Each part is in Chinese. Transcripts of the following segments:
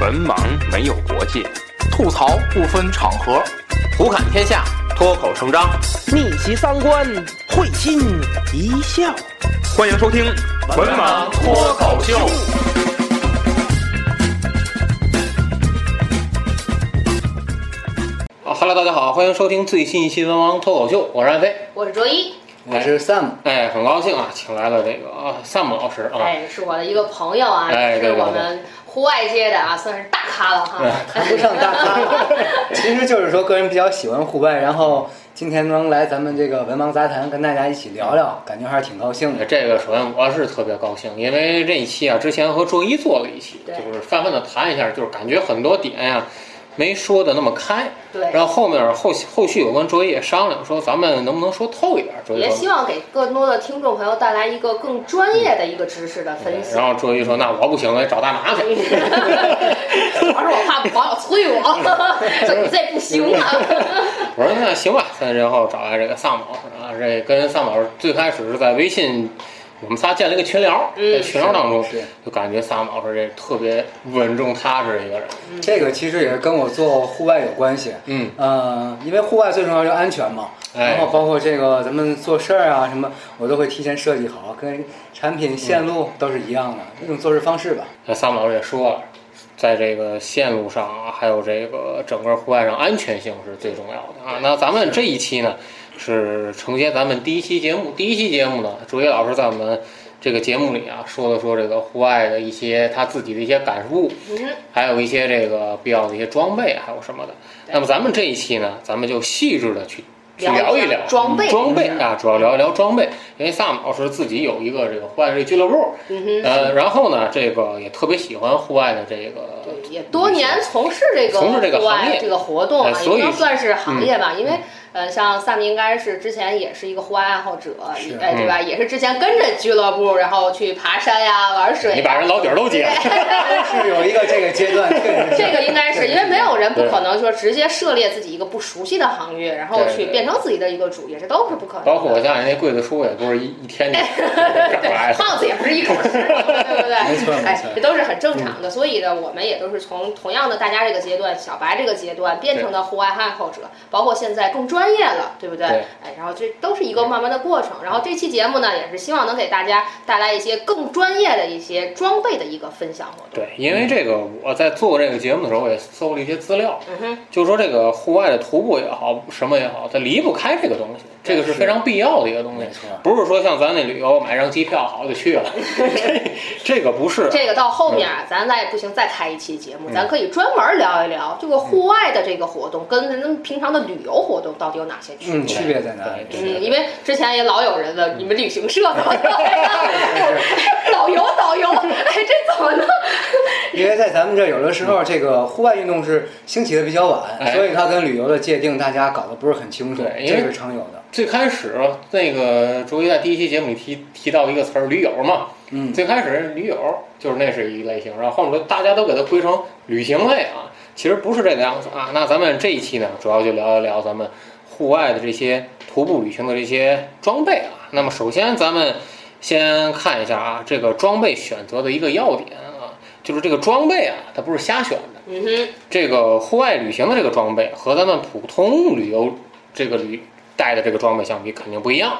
文盲没有国界，吐槽不分场合，胡侃天下，脱口成章。逆袭三观，会心一笑。欢迎收听《文盲脱口秀》。啊哈喽，大家好，欢迎收听最新一期《文王脱口秀》，我是安飞。我是卓一，我是 Sam，哎，很高兴啊，请来了这个啊萨姆老师啊。哎，是我的一个朋友啊，哎也对是对我们户外界的啊，算是大咖了哈。谈不上大咖，其实就是说个人比较喜欢户外，然后今天能来咱们这个文盲杂谈跟大家一起聊聊，感觉还是挺高兴的。哎这个首先我是特别高兴，因为这一期啊，之前和卓一做了一期，对就是泛泛的谈一下，就是感觉很多点呀、没说的那么开。对，然后后面后后续我跟卓一也商量说，咱们能不能说透一点？卓一也希说，望给更多的听众朋友带来一个更专业的一个知识的分析嗯然。后卓一说，那我不行，我得找大 拿去。主要是我怕朋友催我，嗯 说你这不行啊。我说那行吧，那然后找来这个萨姆老师啊，这跟萨姆老师最开始是在微信，我们仨建了一个群聊，嗯在群聊当中是是就感觉萨姆老师这特别稳重踏实的一个人，这个其实也是跟我做户外有关系，嗯，呃，因为户外最重要就是安全嘛，哎然后包括这个咱们做事儿啊什么，我都会提前设计好，跟产品线路都是一样的，一种做事方式吧。那萨姆老师也说了，在这个线路上啊，还有这个整个户外上，安全性是最重要的啊。那咱们这一期呢，是承接咱们第一期节目。第一期节目呢，卓一老师在我们这个节目里啊，说了说这个户外的一些他自己的一些感悟，嗯，还有一些这个必要的一些装备，啊还有什么的。那么咱们这一期呢，咱们就细致的去去聊聊一一聊聊装备嗯装备啊，主要聊一聊装备，因为萨姆老师自己有一个这个户外这俱乐部，嗯呃，然后呢，这个也特别喜欢户外的这个，对，也多年从事这嗯个从事这个户外行业这个活动哎啊，也所不以嗯能算是行业吧，因为。呃，像萨米应该是之前也是一个户外爱好者，是哎，对吧？嗯也是之前跟着俱乐部，然后去爬山呀、玩水呀。你把 人老底儿都接了，是有一个这个阶段，确实是这个应该是因为没有人不对可能说直接涉猎自己一个不熟悉的行业，然后对去对变成自己的一个主业，这都是不可能的。 包括我家里那柜子书也不是一一天就整来的。胖子也不是一口吃，对不对？没错没错哎，这都是很正常的。所以呢，我们也都是从同样的大家这个阶段，小白这个阶段，变成的户外爱好者，包括现在更专业了，对不对？对哎，然后这都是一个慢慢的过程。然后这期节目呢，也是希望能给大家带来一些更专业的一些装备的一个分享活动。对，因为这个我在做这个节目的时候，我也搜了一些资料，嗯哼，就说这个户外的徒步也好，什么也好，它离不开这个东西，这个是非常必要的一个东西没。错。不是说像咱那旅游买张机票好就去 了，这这个不是。这个到后面啊，咱再不行再开一期节目，咱可以专门聊一聊这个户外的这个活动跟咱们平常的旅游活动到底有哪些区别。嗯，区别在哪里？对嗯，因为之前也老有人问你们旅行社怎么弄呀？导游，导游，哎，这怎么弄？ 因为在咱们这儿有的时候，这个户外运动是兴起的比较晚，嗯哎所以它跟旅游的界定大家搞得不是很清楚，对因这为是常有的。最开始那个周一在第一期节目里提提到一个词儿“驴友”嘛，嗯，最开始驴友就是那是一类型，然后后面说大家都给它归成旅行类啊，其实不是这个样子啊。那咱们这一期呢，主要就聊一聊咱们户外的这些徒步旅行的这些装备啊。那么首先咱们先看一下啊，这个装备选择的一个要点啊，就是这个装备啊，它不是瞎选的。嗯哼，这个户外旅行的这个装备和咱们普通旅游这个旅带的这个装备相比，肯定不一样。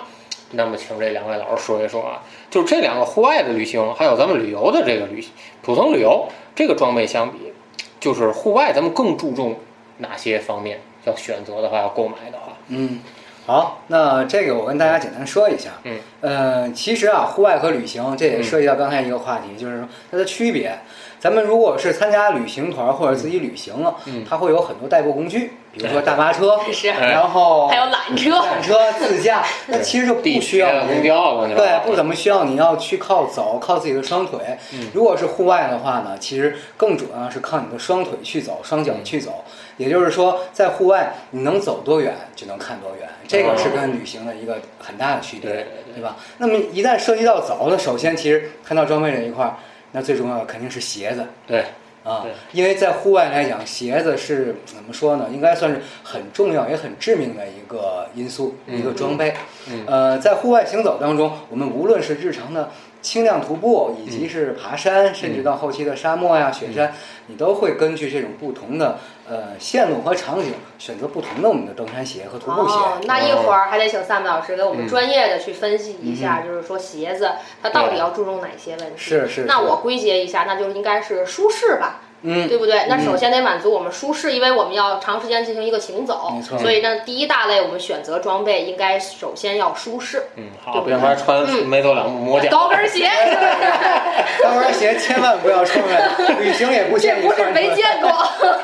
那么，请这两位老师说一说啊，就是这两个户外的旅行，还有咱们旅游的这个旅普通旅游这个装备相比，就是户外咱们更注重哪些方面？要选择的话，要购买的话，嗯，好，那这个我跟大家简单说一下。嗯，呃，其实啊，户外和旅行这也涉及到刚才一个话题，就是说它的区别。咱们如果是参加旅行团或者自己旅行了，嗯它会有很多代步工具，比如说大巴车，哎是啊然后还有缆车，缆车、自驾，那其实就地不需铁要啊、你公交啊，对，不吧？怎么需要你要去靠走，靠自己的双腿。嗯如果是户外的话呢，其实更主要是靠你的双腿去走，双嗯脚去走。也就是说，在户外你能走多远就能看多远，这个是跟旅行的一个很大的区别，哦对对对吧？那么一旦涉及到走呢，首先其实谈到装备这一块儿，那最重要的肯定是鞋子。对，啊对，因为在户外来讲，鞋子是怎么说呢？应该算是很重要也很致命的一个因素，一个装备。嗯呃，在户外行走当中，我们无论是日常的轻量徒步，以及是爬山，嗯甚至到后期的沙漠呀、雪山，你都会根据这种不同的呃线路和场景，选择不同的我们的登山鞋和徒步鞋。哦，那一会儿还得请 Sam 老师给嗯我们专业的去分析一下，就是说鞋子它到底要注重哪些问题。是是那是我归结一下，那就应该是舒适吧。嗯，对不对？那首先得满足我们舒适，因为我们要长时间进行一个行走没，错所以呢，第一大类我们选择装备应该首先要舒适，嗯，对好，不不对要不然 穿嗯没走两步磨脚。高跟 鞋是不是？高跟鞋千万不要穿 在，旅行也不这建议不是穿没穿。见过，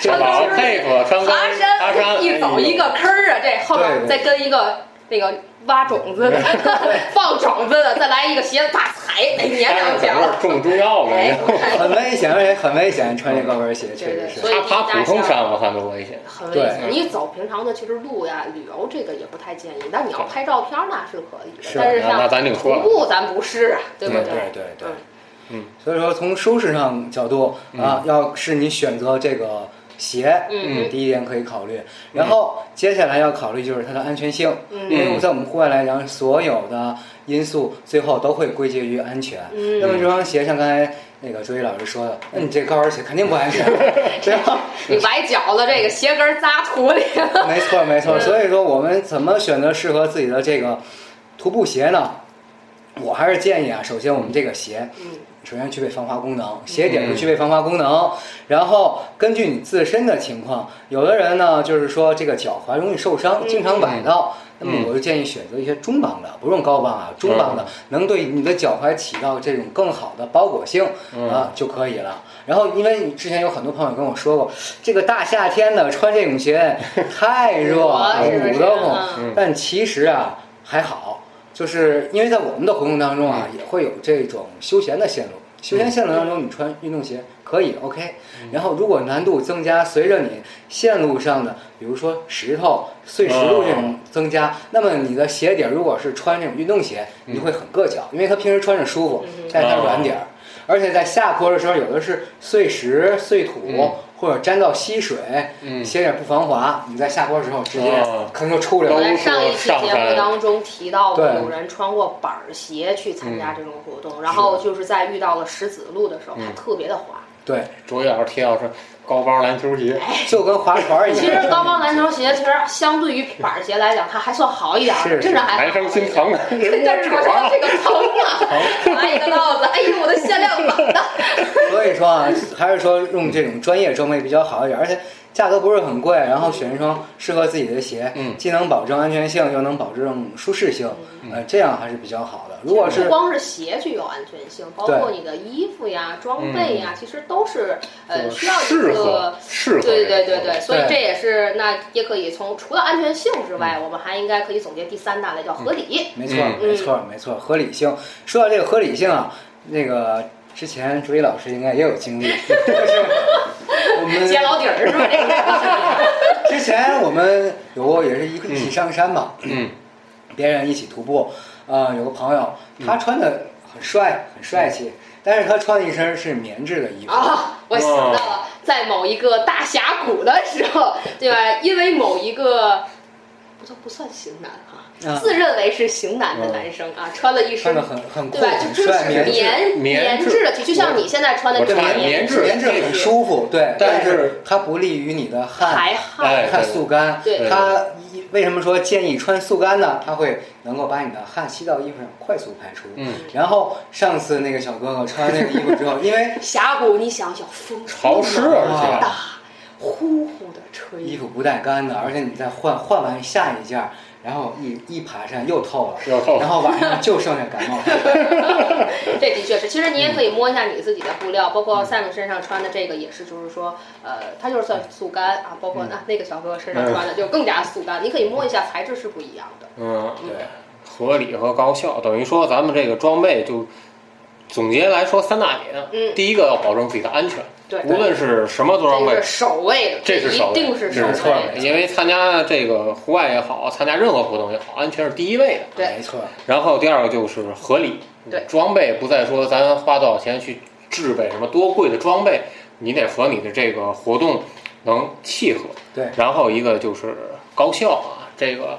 这老师佩服，穿高爬跟爬山山一走一个坑儿啊，这后对面对再跟一个那个挖种子的、 放种子的，再来一个鞋子啪踩，哎，哎撵 呦，两整个脚。中中药了，哎，你很危险，而且很危险，穿这高跟鞋确对对实所是以。他爬普通山我看都危险。很危险。对你走平常的，其实路呀、旅游这个也不太建议。但你要拍照片儿那是可以的，是但是那那像咱另说徒了。步咱不是啊，对不嗯对对对嗯，所以说从舒适上角度啊，要是你选择这个鞋，嗯第一点可以考虑。然后接下来要考虑就是它的安全性，因嗯为在我们户外来讲，所有的因素最后都会归结于安全。那嗯，么这双鞋，像刚才那个周一老师说的，那你这高跟鞋肯定不安 全，对吧？你崴脚了，这个鞋跟儿扎土里。没错，没错。嗯所以说，我们怎么选择适合自己的这个徒步鞋呢？我还是建议啊，首先我们这个鞋，嗯，首先具备防滑功能，鞋底儿具备防滑功能，然后根据你自身的情况，有的人呢就是说这个脚踝容易受伤，嗯经常崴到，那嗯么我就建议选择一些中帮的，不用高帮啊，中帮的能对你的脚踝起到这种更好的包裹性啊就可以了。然后因为之前有很多朋友跟我说过，这个大夏天的穿这种鞋太热了，是不是捂得慌。嗯但其实啊还好，就是因为在我们的活动当中啊，嗯也会有这种休闲的线路。休闲线路当中，你穿运动鞋可以 OK。然嗯后如果难度增加，随着你线路上的，比如说石头、碎石路这哦种增加，那么你的鞋底儿如果是穿这种运动鞋，嗯你就会很硌脚，因为它平时穿着舒服，但是它软哦底儿。而且在下坡的时候，有的是碎石、碎土，嗯或者沾到溪水，嗯，鞋底儿不防滑，你在下坡的时候直接哦可能就出来我了。在上一期节目当中提到过，对有人穿过板儿鞋去参加这种活动，然后就是在遇到了石子路的时候，它特别的滑。对，卓一老师提到说高帮篮球鞋，就跟划船一样。其实高帮篮球鞋其实相对于板儿鞋来讲，它还算好一点儿，是是真是还好男生心疼啊，哎但是我说这个疼啊，拿一个刀子，哎呦，我的限量版的，所以说啊，还是说用这种专业装备比较好一点，而且价格不是很贵，然后选一双适合自己的鞋，嗯既能保证安全性，又能保证舒适性，呃，这样还是比较好的。如果不是光是鞋具有安全性，包括你的衣服呀、装备呀，其实都是呃需要一适合个。适合。对对对对，所以对这也是那也可以从除了安全性之外，我们还应该可以总结第三大类叫合理。没错，嗯没错，没错，合理性。说到这个合理性啊，那个之前朱一老师应该也有经历， 就是我们揭老底儿是吧？这个之前我们有过也是一一起上山嘛，嗯，别人一起徒步，呃，有个朋友他穿的很帅，很帅气，但是他穿的一身是棉质的衣服，啊，我想到了，在某一个大峡谷的时候，对吧？因为某一个不都不算型男哈、嗯啊自认为是型男的男生啊，穿了一身穿的很很酷，对吧？很就就是帅，棉质，棉棉棉质的 T，就像你现在穿的我这种穿棉质棉质很舒服，对，但但是是它不利于你的汗。还好，哎，汗速干，对它一为什么说建议穿速干呢？它会能够把你的汗吸到衣服上，快速排出。嗯然后上次那个小哥哥穿那个衣服之后，因为峡谷，你想想，风潮湿而且，大呼呼的吹，衣服不带干的，而且你再换换完下一件儿，然后一一爬山又透了，又透了然后晚上就剩下感冒。这的确是，其实你嗯也可以摸一下你自己的布料，包括 Sam 身上穿的这个也是，就是说，呃，它就是嗯算速干啊，包括那、那个小哥哥身上穿的就更加速干，你可以摸一下材质是不一样的。嗯，对，合理和高效，等于说咱们这个装备就总结来说三大点。嗯第一个要保证自己的安全，对无论是什么装这备是，首位的，这是首一位定是首没错位的。因为参加这个户外也好，参加任何活动也好，安全是第一位的。对 没错，然后第二个就是合理，对装备不再说咱花多少钱去制备什么多贵的装备，你得和你的这个活动能契合。对然后一个就是高效啊，这个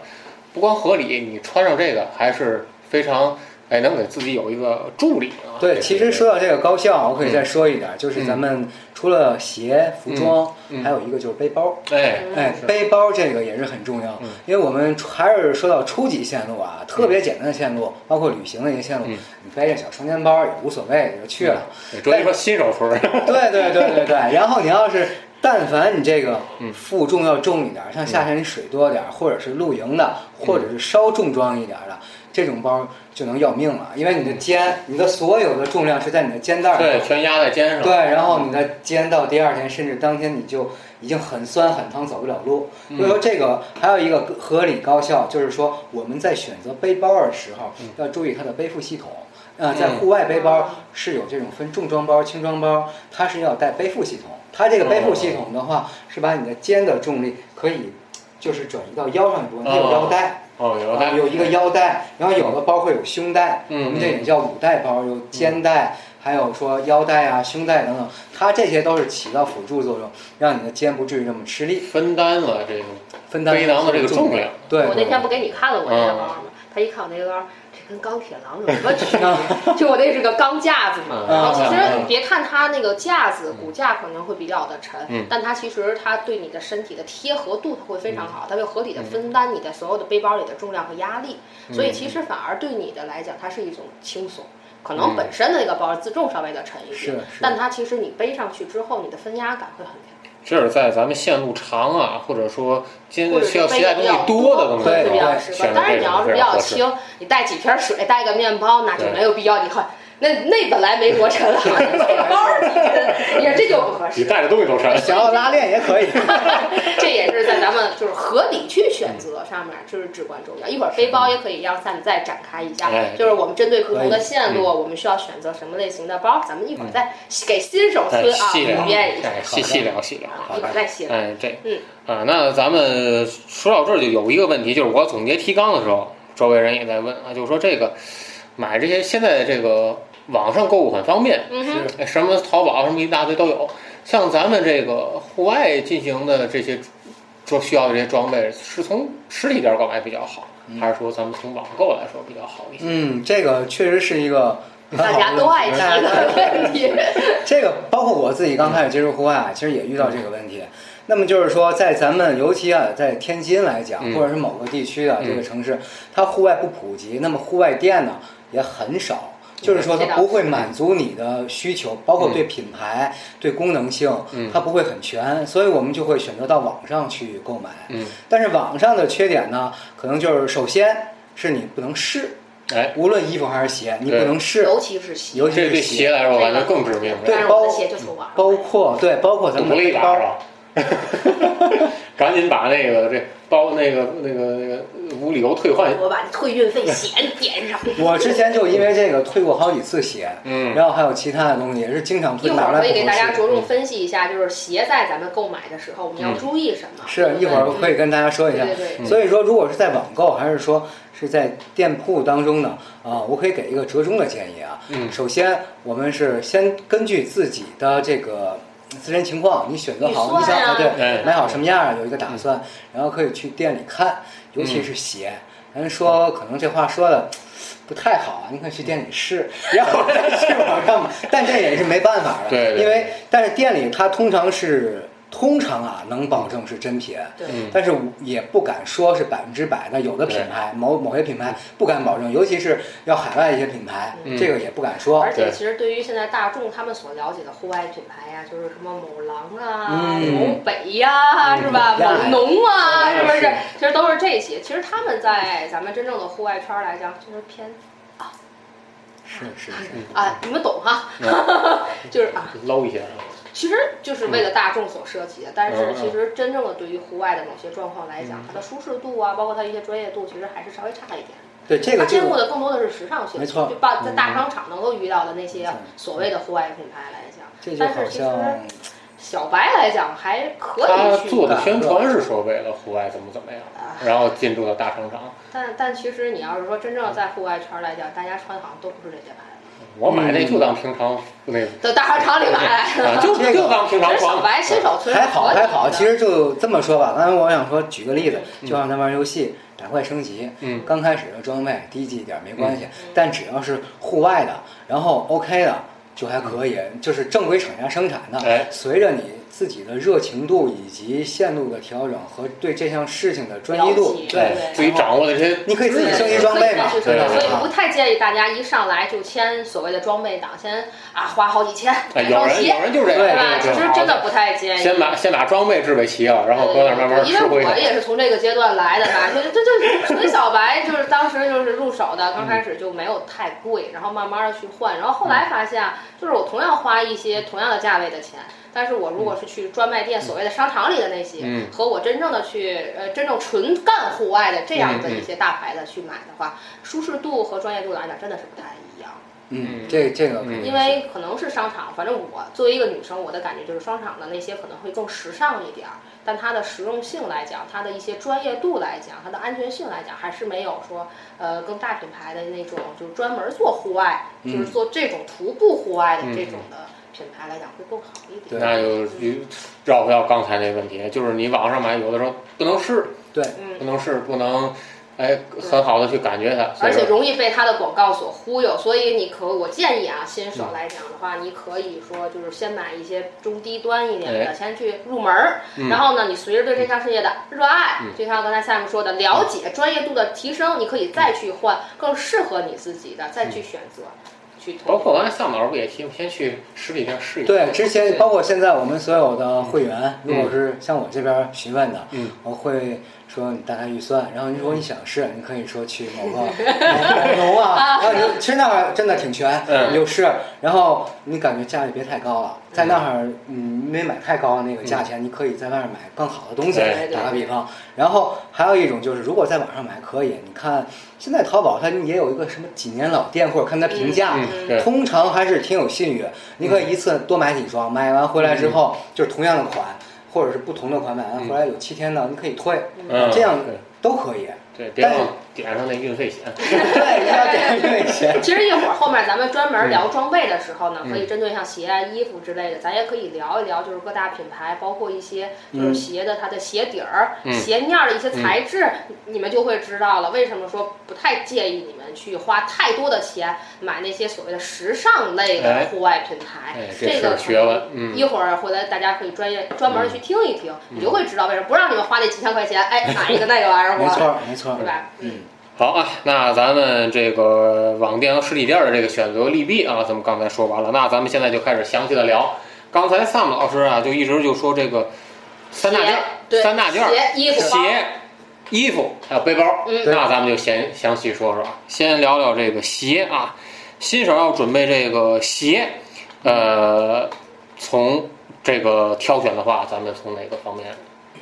不光合理，你穿上这个还是非常哎，能给自己有一个助力啊。对，其实说到这个高效，我可以再说一点，就是咱们除了鞋、服装，还有一个就是背包。哎，哎，背包这个也是很重要，因为我们还是说到初级线路啊，特别简单的线路，包括旅行的一些线路，嗯你背着小双肩包也无所谓，你就去了。昨天说新手村儿， 对对对对对，然后你要是。但凡你这个嗯负重要重一点，像夏天你水多点，或者是露营的，或者是稍重装一点的，这种包就能要命了，因为你的肩，你的所有的重量是在你的肩带上， 对，全压在肩上。哎对，然后你的肩到第二天，甚至当天你就已经很酸很疼，走不了路。所以说这个还有一个合理高效，就是说我们在选择背包的时候要注意它的背负系统。呃，在户外背包是有这种分重装包、轻装包，它是要带背负系统。它这个背负系统的话，是把你的肩的重力可以就是转移到腰上一部分，它有腰带。哦，有啊，的有一个腰带，然后有的包会有胸带，嗯我们这也叫五带包，有肩带，还有说腰带啊、胸带等等，它这些都是起到辅助作用，让你的肩不至于这么吃力，分担了这个分担背囊的这个重重量。对，我那对天不给你看了我嗯那个包吗？他一看我那个包，这跟钢铁狼有什么区别？ 就我那是个钢架子嘛。嗯然后其实嗯你别看它那个架子骨架可能会比较的沉，嗯但它其实它对你的身体的贴合度它会非常好，它会合理嗯的分担你的所有的背包里的重量和压力，所以其实反而对你的来讲，它是一种轻松。可嗯能本身的那个包自重稍微的沉一是些，是但它其实你背上去之后，你的分压感会很强，这是在咱们线路长啊，或者说肩或者需要是携背带东的比西较多的东西，会比较对适合选。择当然，你要是比较这种轻，你带几瓶水，带个面包，那就没有必要。你看，那那本来没多沉 了，那个包儿你这就不合比较合适，你适。带着东西都沉。想要拉链也 可以， 这也是在咱们就是合理去选择上面，就是至关重要。一会儿背包也可以让 Sam 再展开一下哎，嗯就是我们针对不同可的以线路，我们需要选择什么类型的包，咱们一会儿再给新手哎村啊嗯细聊，体验一下，哎，细细聊，细聊。啊，一会儿再细聊。哎，这，嗯啊，那咱们说到这儿就有一个问题，就是我总结提纲的时候，周围人也在问啊，就是说这个买这些现在这个网上购物很方便，嗯哼，哎什么淘宝什么一大堆都有。像咱们这个户外进行的这些就需要的这些装备，是从实体店购买比较好，还是说咱们从网购来说比较好一些？嗯，这个确实是一个很好大的家都嗯爱提大家都的问题。这个包括我自己刚开始接触户外啊，其实也遇到这个问题。那么就是说，在咱们尤其啊，在天津来讲，嗯或者是某个地区的嗯这个城市，它户外不普及，那么户外店呢也很少。就是说，这它倒不会满足你的需求，包括对品牌、对功能性嗯，它不会很全，所以我们就会选择到网上去购买。嗯，但是网上的缺点呢，可能就是首先是你不能试，哎，无论衣服还是鞋，你不对能试，尤其是鞋，尤其这是对鞋来说，我感觉更致命了。对但是我包的鞋就从网上包买括对，包括咱独们的立背吧，包是，吧？赶紧把那个这包那个那个那个无理由退换。我把退运费险点上。 我之前就因为这个退过好几次鞋，嗯，然后还有其他的东西也是经常一退，会哪儿来嗯可以给不大家合适？着重分析一下，就是鞋在咱们购买的时候，我们要嗯注意什么？是啊一会儿可以跟大家说一下对。对对，所以说，如果是在网购还是说是在店铺当中呢，啊，我可以给一个折中的建议啊。嗯首先，我们是先根据自己的这个自身情况，你选择好预你想算啊啊，对，哎买好什么样儿有一个嗯打算，然后可以去店里看，尤其是鞋。咱嗯说可能这话说的不太好啊，你可以去店里 试，然后再去网上买，但这也是没办法的，对对因为但是店里它通常是通常啊能保证是真品，对嗯但是也不敢说是百分之百的，有的品牌某某些品牌不敢保证，尤其是要海外一些品牌，嗯这个也不敢说而。且对其实对于现在大众他们所了解的户外品牌呀，就是什么某狼啊、嗯某北呀，是吧？呀某农啊，是是不是是？其实都是这些。其实他们在咱们真正的户外圈儿来讲，就是偏是是是，啊，你们懂哈嗯， 就是啊，搂一下。其实就是为嗯了大众所涉及的，但是其实真正的对于户外的某些状况来嗯讲，它的舒适度啊，包括它一些专业度，其实还是稍微差一点。对这个它这兼顾个的更多的是时尚性，没错就把在大商场能够遇到的那些嗯所谓的户外品牌来讲，这就但好是其实像小白来讲还可他以去做的吧宣传是说为了户外怎么怎么样，然后进入到大商场。但但其实你要是说真正在户外圈来讲，大家穿好像都不是这些牌子，我买那就当平常那个，在大商场里买。 啊就嗯这个就当平其常实小穿。白新手村还好还好，其实实就这么说吧。刚才我想说，举个例子，就像咱玩游戏，赶快升级。嗯，刚开始就装备低级一点没关系，但只要是户外的，然后 OK 的就还可以，就是正规厂家生产的。嗯哎随着你自己的热情度以及线路的调整和对这项事情的专一了度解，对，对自己掌握的这些，你可以自己对升级装备嘛所以，对吧所以啊不太建议大家一上来就签所谓的装备党，先啊花好几千哎，买有双人鞋有，人就这对样，吧？这其个挺实好真的不太建议。先把先把装备置备齐了，然后搁那儿慢慢嗯对因吃灰为去我。也是从这个阶段来的嘛，就这这纯小白，就是当时就是入手的，刚开始就没有太贵，然后慢慢的去换，然后后来发现，啊就是我同样花一些同样的价位的钱，但是我如果是去专卖店所谓的商场里的那些，嗯和我真正的去呃真正纯干户外的这样的嗯一些大牌子去买的话，舒适度和专业度来讲真的是不太一样。嗯，这这个嗯因为可能是商场，反正我作为一个女生，我的感觉就是商场的那些可能会更时尚一点儿，但它的实用性来讲，它的一些专业度来讲，它的安全性来讲，还是没有说呃更大品牌的那种就是专门做户外，就是做这种徒步户外的这种的品牌来讲会更好一点。对那就绕回到刚才那问题，就是你网上买有的时候不能试，对嗯不能试，不能哎很好的去感觉它。所而以且说，容易被它的广告所忽悠，所以你可我建议啊，新手来讲的话，你可以说就是先买一些中低端一点的，哎先去入门儿。嗯然后呢，你随着对这项事业的热爱，嗯就像刚才夏姆说的，了解、专业度的提升，你可以再去换更适合你自己的，再嗯去选择。去投包括刚才向导不也先先去实体店试一试？对，之前包括现在我们所有的会员，如果嗯是像我这边询问的，嗯我会说你大概预算，然后如果你想试，你可以说去某 个某农啊，然后你其实那儿真的挺全，嗯你就试，然后你感觉价位别太高了，在那儿嗯没买太高的那个价钱，你可以在外面买更好的东西嗯对，打个比方。然后还有一种就是，如果在网上买可以，你看现在淘宝它也有一个什么几年老店，或者看它评价，嗯，对，通常还是挺有信誉。你可以一次多买几双，买完回来之后就是同样的款，或者是不同的款，买完回来有七天的，你可以退，嗯，这样对都可 以。对，别但忘是点上那运费险。对，要点运费钱。 其实一会儿后面咱们专门聊装备的时候呢，嗯可以针对像鞋啊、衣服之类的，咱也可以聊一聊，就是各大品牌，包括一些就嗯是鞋的它的鞋底儿、嗯鞋面儿的一些材质，你们就会知道了。为什么说不太建议你们去花太多的钱买那些所谓的时尚类哎的户外品牌？哎，这是个学问。嗯，一会儿回来大家可以专业专门去听一听，你就会知道为什么不让你们花那几千块钱，哎，买一个那 个玩意儿，没我，错，没错是。吧？嗯好啊，那咱们这个网店和实体店的这个选择利弊啊，咱们刚才说完了，那咱们现在就开始详细的聊。刚才 Sam 老师啊，就一直就说这个三大件鞋儿，对三大件儿，鞋、衣服、包鞋、衣服还有背包。嗯那咱们就先详细说说啊，先聊聊这个鞋啊。新手要准备这个鞋，呃，从这个挑选的话，咱们从哪个方面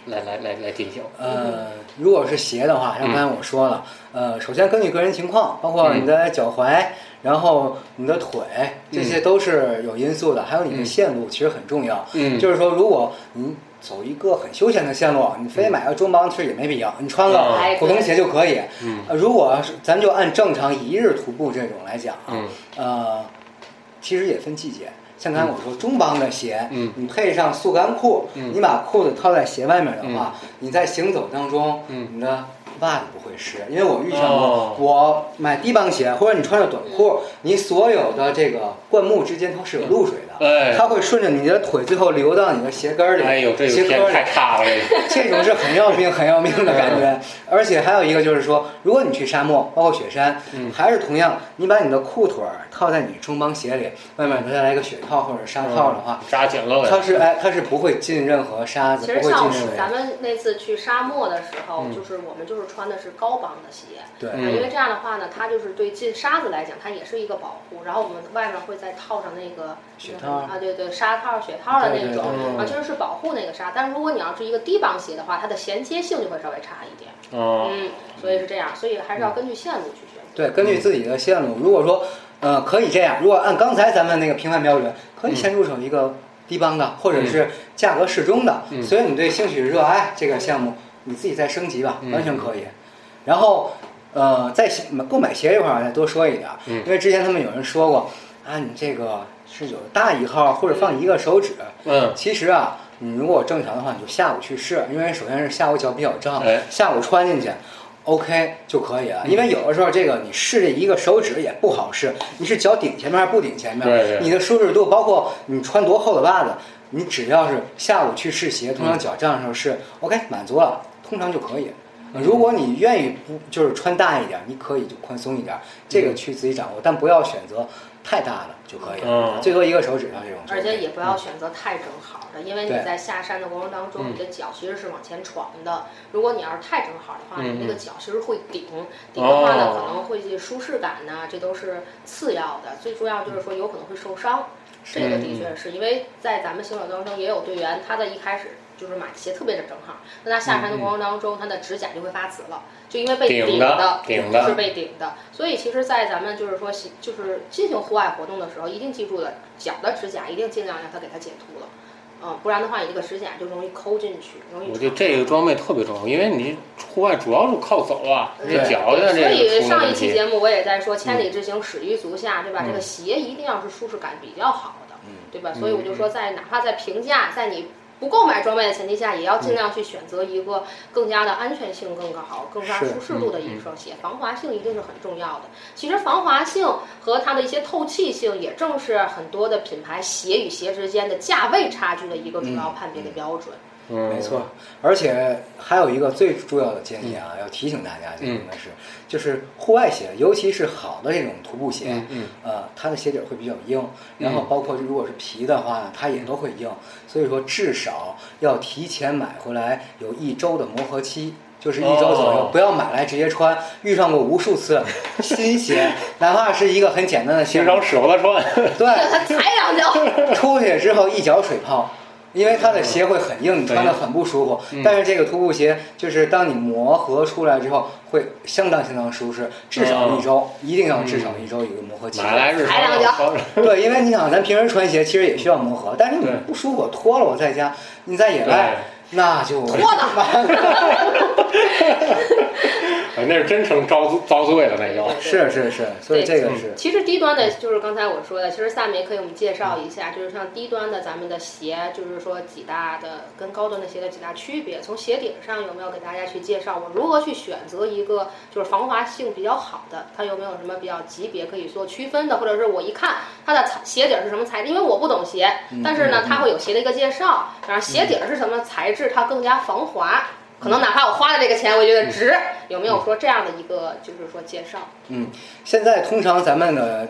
来来来来进行？呃，如果是鞋的话，像刚才我说了，呃，首先根据个人情况，包括你嗯的脚踝，然后你的腿，这些都是有因素的，还有你的线路其实很重要。嗯就是说，如果你走一个很休闲的线路，你非买个中帮，其实也没必要，你穿个嗯普通鞋就可以。嗯呃，如果是咱就按正常一日徒步这种来讲，嗯呃，其实也分季节。像刚才我说中帮的鞋，嗯你配上速干裤，嗯你把裤子套在鞋外面的话，你在行走当中，嗯你的袜子不会湿。因为我遇见过，哦嗯我买低帮鞋或者你穿着短裤，你所有的这个灌木之间它是有露水的，哎它会顺着你的腿最后流到你的鞋跟儿里，哎呦，这鞋个跟天儿里太差了，这这个。种是很要命、很要命的感觉。而且还有一个就是说，如果你去沙漠，包括雪山，嗯还是同样，你把你的裤腿儿套在你中帮鞋里，外面再来一个雪套或者沙套的话，扎紧了呗。它是哎，它是不会进任何沙子，其不实会像进我水们。咱们那次去沙漠的时候，嗯就是我们就是穿的是高帮的鞋，对啊嗯因为这样的话呢，它就是对进沙子来讲，它也是一个保护。然后我们外面会再套上那个雪那个套啊，对对，沙套、雪套的对对那种对对啊，其实是保护那个沙。但是如果你要是一个低帮鞋的话，它的衔接性就会稍微差一点。哦嗯，嗯，所以是这样，所以还是要根据线路去选择。对，根据嗯自己的线路，如果说，呃，可以这样，如果按刚才咱们那个评判标准，可嗯以先入手一个低帮的，或者是价格适中的。嗯所以你对兴趣热爱这个项目，你自己再升级吧，嗯完全可以。然后，呃，在鞋购买鞋这块儿再多说一点儿，嗯因为之前他们有人说过，啊，你这个是有大一号或者放一个手指，嗯，其实啊，你如果正常的话，你就下午去试，因为首先是下午脚比较胀哎，嗯下午穿进去。 OK 就可以了。因为有的时候这个你试这一个手指也不好试，你是脚顶前面还是不顶前面？对对你的舒适度，包括你穿多厚的袜子，你只要是下午去试鞋，通常脚站的时候试、OK 满足了，通常就可以。嗯如果你愿意不就是穿大一点，你可以就宽松一点，这个去自己掌握，但不要选择太大的就可以了，嗯最多一个手指上这种就 OK。而且也不要选择太正好的，因为你对在下山的过程当中，嗯你的脚其实是往前闯的。如果你要是太正好的话，嗯你那个脚其实会顶，顶的话呢，哦可能会去舒适感呐、这都是次要的。最重要就是说，有可能会受伤。这嗯个的确是因为在咱们行走当中，也有队员他在一开始就是买鞋特别的正好，那他下山的过程当中，他的指甲就会发紫了，就因为被嗯顶的的，顶是的，被顶的。所以其实，在咱们就是说，就是进行户外活动的时候，一定记住了脚的指甲一定尽量让它给它解秃了，嗯，不然的话，你这个指甲就容易抠进去，容易我觉得这个装备特别重要，因为你户外主要是靠走啊，这脚的这个所以出了上一问期题。嗯节目我也在说，千里之行，始于足下，对吧？这个鞋一定要是舒适感比较好的，嗯对吧？所以我就说，在哪怕在平价，在你不购买装备的前提下，也要嗯尽量去选择一个更加的安全性更好、更加舒适嗯度的一双鞋。防滑性一定是很重要的。其实防滑性和它的一些透气性，也正是很多的品牌鞋与鞋之间的价位差距的一个主要判别的标准。 嗯，没错，而且还有一个最重要的建议嗯啊，要提醒大家，这个应该是，就是户外鞋，尤其是好的这种徒步鞋嗯，嗯，呃，它的鞋底儿会比较硬，然后包括如果是皮的话，它也都会硬，所以说至少要提前买回来有一周的磨合期。就是一周左右哦，不要买来直接穿。遇上过无数次新 鞋，哪怕是一个很简单的平鞋，常舍不得穿。对，它踩两 脚，出去之后一脚水泡，因为它的鞋会很硬，你穿的很不舒服。但是这个徒步鞋就是当你磨合出来之后，会相当相当舒适，至少一周，一定要至少一周有一个磨合期。买来是踩两脚穿着对，因为你想，咱平时穿鞋其实也需要磨合，但是你不舒服，脱了我在家，你在野外那就脱脱了。哎那是真成遭遭罪了，那就。是是是，所以这个是其实低端的，就是刚才我说的，其实下面也可以我们介绍一下，就是像低端的咱们的鞋，就是说几大的跟高端的鞋的几大区别。从鞋底上有没有给大家去介绍我如何去选择一个就是防滑性比较好的？它有没有什么比较级别可以做区分的？或者是我一看它的材鞋底是什么材质，因为我不懂鞋，但是呢，它会有鞋的一个介绍，然后鞋底是什么材质，它更加防滑。可能哪怕我花了这个钱，我也觉得值。有没有说这样的一个就是说介绍？现在通常咱们的，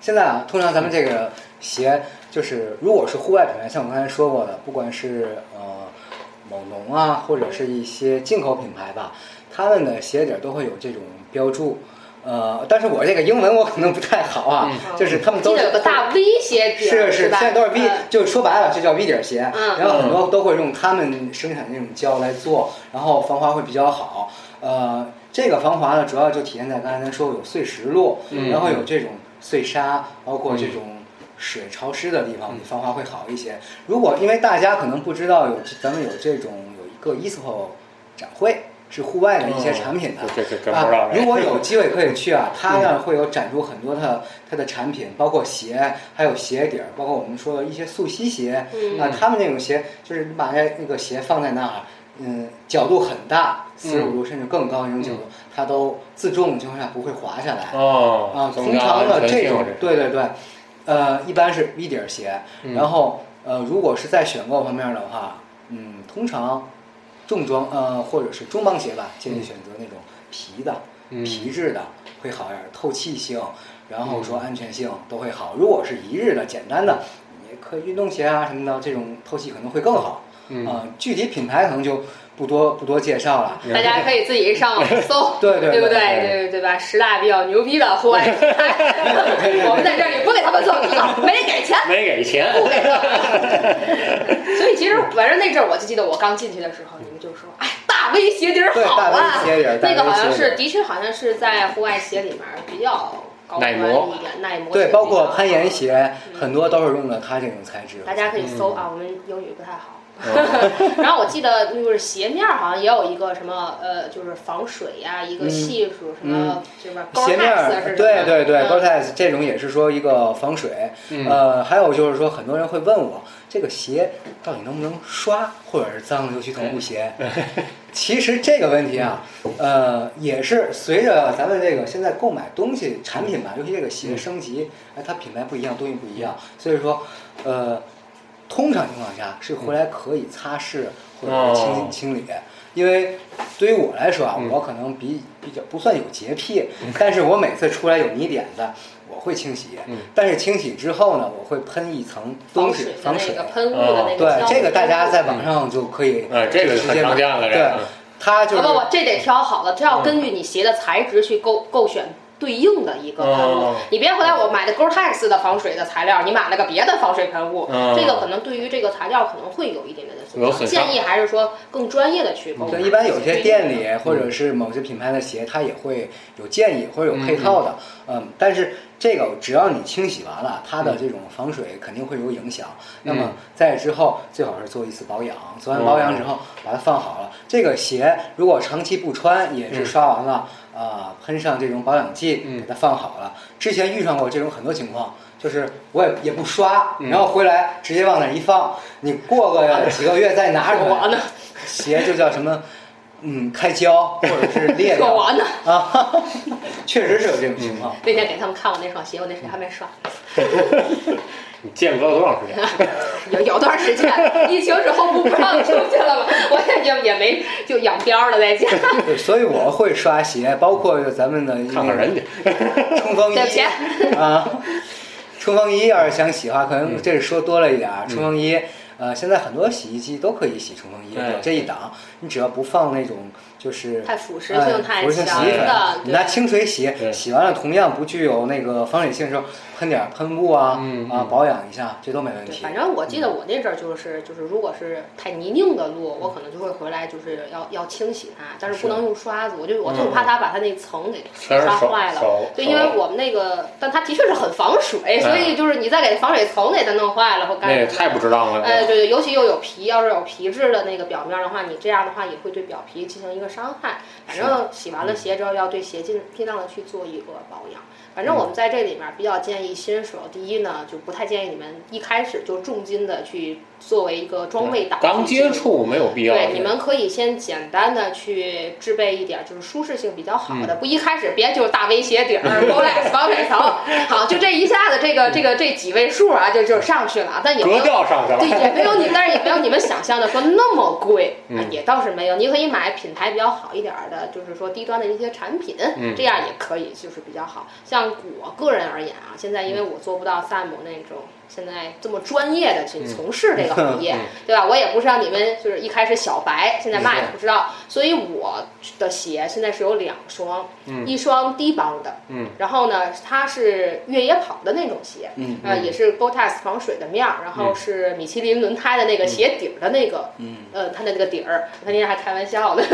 现在啊，通常咱们这个鞋就是，如果是户外品牌，像我刚才说过的，不管是呃某农啊，或者是一些进口品牌吧，他们的鞋底儿都会有这种标注。呃，但是我这个英文我可能不太好啊，就是他们嗯记都得是有个大 V 鞋底儿，是是，现吧？在都是 V，呃就说白了就叫 V 底儿鞋，嗯然后很多都会用他们生产那种胶来做，然后防滑会比较好。呃，这个防滑呢，主要就体现在刚才咱说有碎石路，嗯然后有这种碎沙，包括这种。水潮湿的地方，嗯你防滑会好一些。如果因为大家可能不知道有咱们有这种有一个 ISPO 展会是户外的一些产品的，哦这这这不知道啊，这如果有机会可以去啊，它那儿会有展出很多它的它的产品，包括鞋，还有鞋底儿，包括我们说的一些溯溪鞋、嗯啊，他们那种鞋就是你把那那个鞋放在那儿，嗯，角度很大，四十五度甚至更高那种角度，它都自重的情况下不会滑下来。哦啊，增通加常安的全性这种是，嗯对对对，呃，一般是 V 底儿鞋，然后呃，如果是在选购方面的话，嗯，通常重装呃或者是中帮鞋吧，嗯建议选择那种皮的、皮质的会好一点，透气性，然嗯后说安全性都会好。如果是一日的简单的，也可以运动鞋啊什么的，这种透气可能会更好。嗯啊、具体品牌可能就不多不多介绍嗯了。，嗯大家可以自己上网搜 对对对对不对对对对吧？十大比较牛逼的 户外品牌，我们在这里不给他们做广告， 没给钱。没 给钱，所以其实反正那阵儿，我就记得我刚进去的时候，你们就说，哎，大 V 鞋底儿对好啊大 V 鞋底儿，大那 V 个好像鞋底是，儿的确好像是在户外鞋里面比较高端耐一磨点，耐磨。对，包括攀岩。鞋，很多都是用的它这种材质。嗯大家可以搜啊，我们英语不太好。哦 然后我记得就是鞋面儿好像也有一个什么呃，就是防水呀、一个系数、什么什么高嗯鞋面 tax 是什儿，么？对对对嗯 g o r e t e x 这种也是说一个防水，嗯呃，还有就是说很多人会问我这个鞋到底能不能刷，或者是脏，尤其同步鞋。其实这个问题啊，呃，也是随着咱们这个现在购买东西产品吧，尤其这个嗯鞋升级，哎，它品牌不一样，东西不一样，所以说，呃，通常情况下是回来可以擦拭或者是嗯哦清清理。因为对于我来说啊嗯，我可能比比较不算有洁癖，但是我每次出来有泥点子，我会清洗嗯。但是清洗之后呢，我会喷一层东防西水防的水哦那个。喷雾的那个对，胶这个大家在啊网上就可以呃，嗯这个直很接买常见了，这对个，啊它就啊不是嗯不，这得挑好了，这要根据你鞋的材质去构构选。对应的一个喷雾，哦你别后来我买的 Gore-Tex 的防水的材料，你买了个别的防水喷雾，嗯这个可能对于这个材料可能会有一点点的损有伤。损伤建议还是说更专业的去购买。对，一般有些店里或者是某些品牌的鞋，它也会有建议或者有配套的，嗯，但是这个只要你清洗完了，它的这种防水肯定会有影响。那么在之后最好是做一次保养，做完保养之后把它放好了。这个鞋如果长期不穿，也是刷完了啊，喷上这种保养剂，嗯给它放好了。之前遇上过这种很多情况。就是我也也不刷，然后回来直接往那儿一放，你过个几个月再拿出来，我呢，鞋就叫什么，嗯，开胶或者是 裂掉我呢，啊， 确实是有这种情况。那天给他们看我那双鞋，我那鞋还没刷，你见不了多长时间，嗯有有段时间 疫情之后不不让出去了嘛， 我也就也没就养膘儿了 在家。对所以我会刷鞋，包括咱们的嗯看看人家，嗯冲 锋对不起衣啊，冲锋衣要是想洗的话，可能嗯这是说多了一点儿。冲锋衣，呃，现在很多洗衣机都可以洗冲锋衣，哎有这一档，你只要不放那种就是太腐蚀哎性太腐蚀性强洗衣粉了，你拿对清水洗，对洗完了同样不具有那个防水性的时候，喷点儿喷雾啊嗯啊嗯保养一下，这都没问对，题。反正我记得我那阵儿就是就是，如果是太泥泞的路，我可能就会回来就是要要清洗它，但是不能用刷子，我就我就怕它把它那层给全是刷手坏了。手，对，因为我们那个，但它的确是很防水，所以就是你再给防水层给它弄坏了或干嗯那什也么。太不值当了，哎，对对，尤其又有皮，要是有皮质的那个表面的话，你这样的话也会对表皮进行一个伤害。反正洗完了嗯鞋之后，要对鞋尽尽量的去做一个保养。嗯反正我们在这里面比较建议新手，第一呢，就不太建议你们一开始就重金的去作为一个装备党刚接。触没有必要，对，你们可以先简单的去制备一点，就是舒适性比较好的，嗯不一开始别就是大 V 鞋底儿、Rolex 防水层，好，就这一下子这个这个这几位数啊，就就上去了，但也没格有调上去对， 了，也没有你，但是也没有你们想象的说那么贵，啊嗯也倒是没有。你可以买品牌比较好一点儿的，就是说低端的一些产品，嗯这样也可以，就是比较好。像我个人而言啊，现在嗯因为我做不到萨姆那种。现在这么专业的去从事这个行业，嗯对吧？我也不是让你们就是一开始小白，现在嘛也嗯不知道，所以我的鞋现在是有两双，嗯一双低帮的，嗯，然后呢，它是越野跑的那种鞋，嗯啊、也是 Gore-Tex 防水的面儿，然后是米其林轮胎的那个鞋底儿的那个，嗯，呃，它的那个底儿，他那天还开玩笑呢，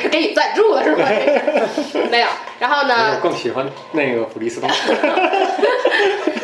是给你赞助的 是吧？这是没有，然后呢，我更喜欢那个普利 司通，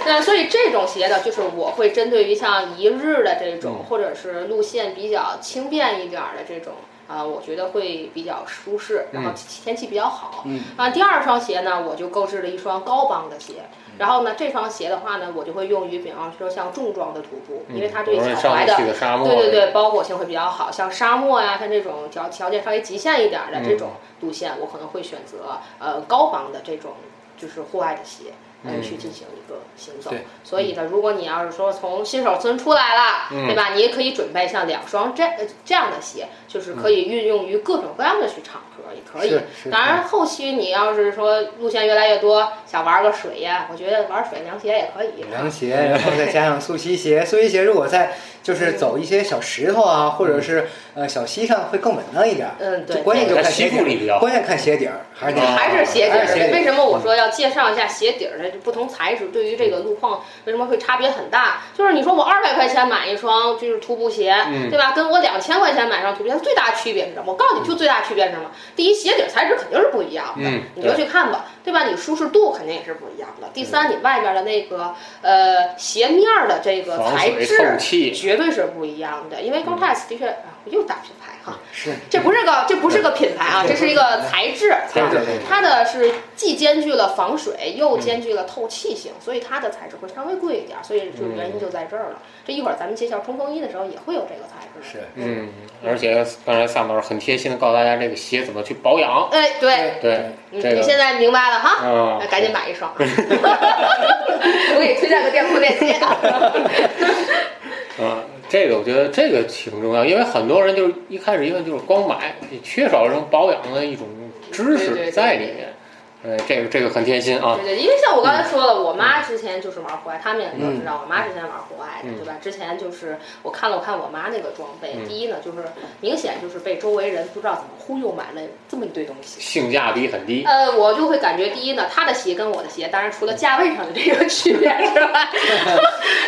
那所以这种鞋呢，就是我会针对于像一日的这种，嗯或者是路线比较轻便一点儿的这种。啊、我觉得会比较舒适，然后嗯天气比较好。嗯啊，第二双鞋呢，我就购置了一双高帮的鞋。嗯然后呢，这双鞋的话呢，我就会用于，比方说像重装的徒步，因为它对容易脚嗯上踝不的去的沙漠，对对对，包裹性会比较好，像沙漠呀、像这种条条件稍微极限一点儿的嗯这种路线，我可能会选择呃高帮的这种就是户外的鞋。嗯，嗯去进行一个行走对。嗯所以呢，如果你要是说从新手村出来了，嗯对吧？你也可以准备像两双这呃这样的鞋，就是可以运用于各种各样的去场合，也可以嗯是。是当然，后期你要是说路线越来越多，想玩个水呀，我觉得玩水凉鞋也可以。凉鞋，然后再加上溯溪鞋。溯溪鞋如果在就是走一些小石头啊，或者是呃小溪上，会更稳当一点。嗯，对。就关键就在看鞋西底部里比儿，较好，关键看鞋底儿，还是那啊个哎还是鞋底还是鞋儿。底儿为什么我说要介绍一下鞋底儿的不同材质对于这个路况为什么会差别很大？就是你说我二百块钱买一双就是徒步鞋，嗯对吧？跟我两千块钱买一双徒步鞋最大区别是什么？我告诉你，就最大区别是什么？第一，鞋底儿材质肯定是不一样的，嗯你就去看吧。对吧？你舒适度肯定也是不一样的。第三，你外面的那个呃鞋面儿的这个防材水透质气，绝对是不一样的，因为 Gore-Tex 的确啊，又打品牌哈，是这不是个这不是个品牌啊，这是一个材质，材质啊它的是既兼具了防水，又兼具了透气性，所以它的材质会稍微贵一点，所以就原因就在这儿了。这一会儿咱们介绍冲锋衣的时候也会有这个材质。是，嗯，而且刚才萨老师很贴心的告诉大家这个鞋怎么去保养，哎，对，对，嗯这你个现在明白了哈，哎啊那，赶紧买一双。 我给你推荐个店铺链接啊。啊，这个我觉得这个挺重要，因为很多人就是一开始因为就是光买，也缺少这种保养的一种知对对识对在里面。呃，这个这个很贴心啊，对对，因为像我刚才说了，我妈之前就是玩户外，他们也都知道，我妈之前玩户外的，对吧？之前就是我看了我看我妈那个装备，第一呢就是明显就是被周围人不知道怎么忽悠买了这么一堆东西。性价比很低。呃，我就会感觉，第一呢，她的鞋跟我的鞋，当然除了价位上的这个区别之外，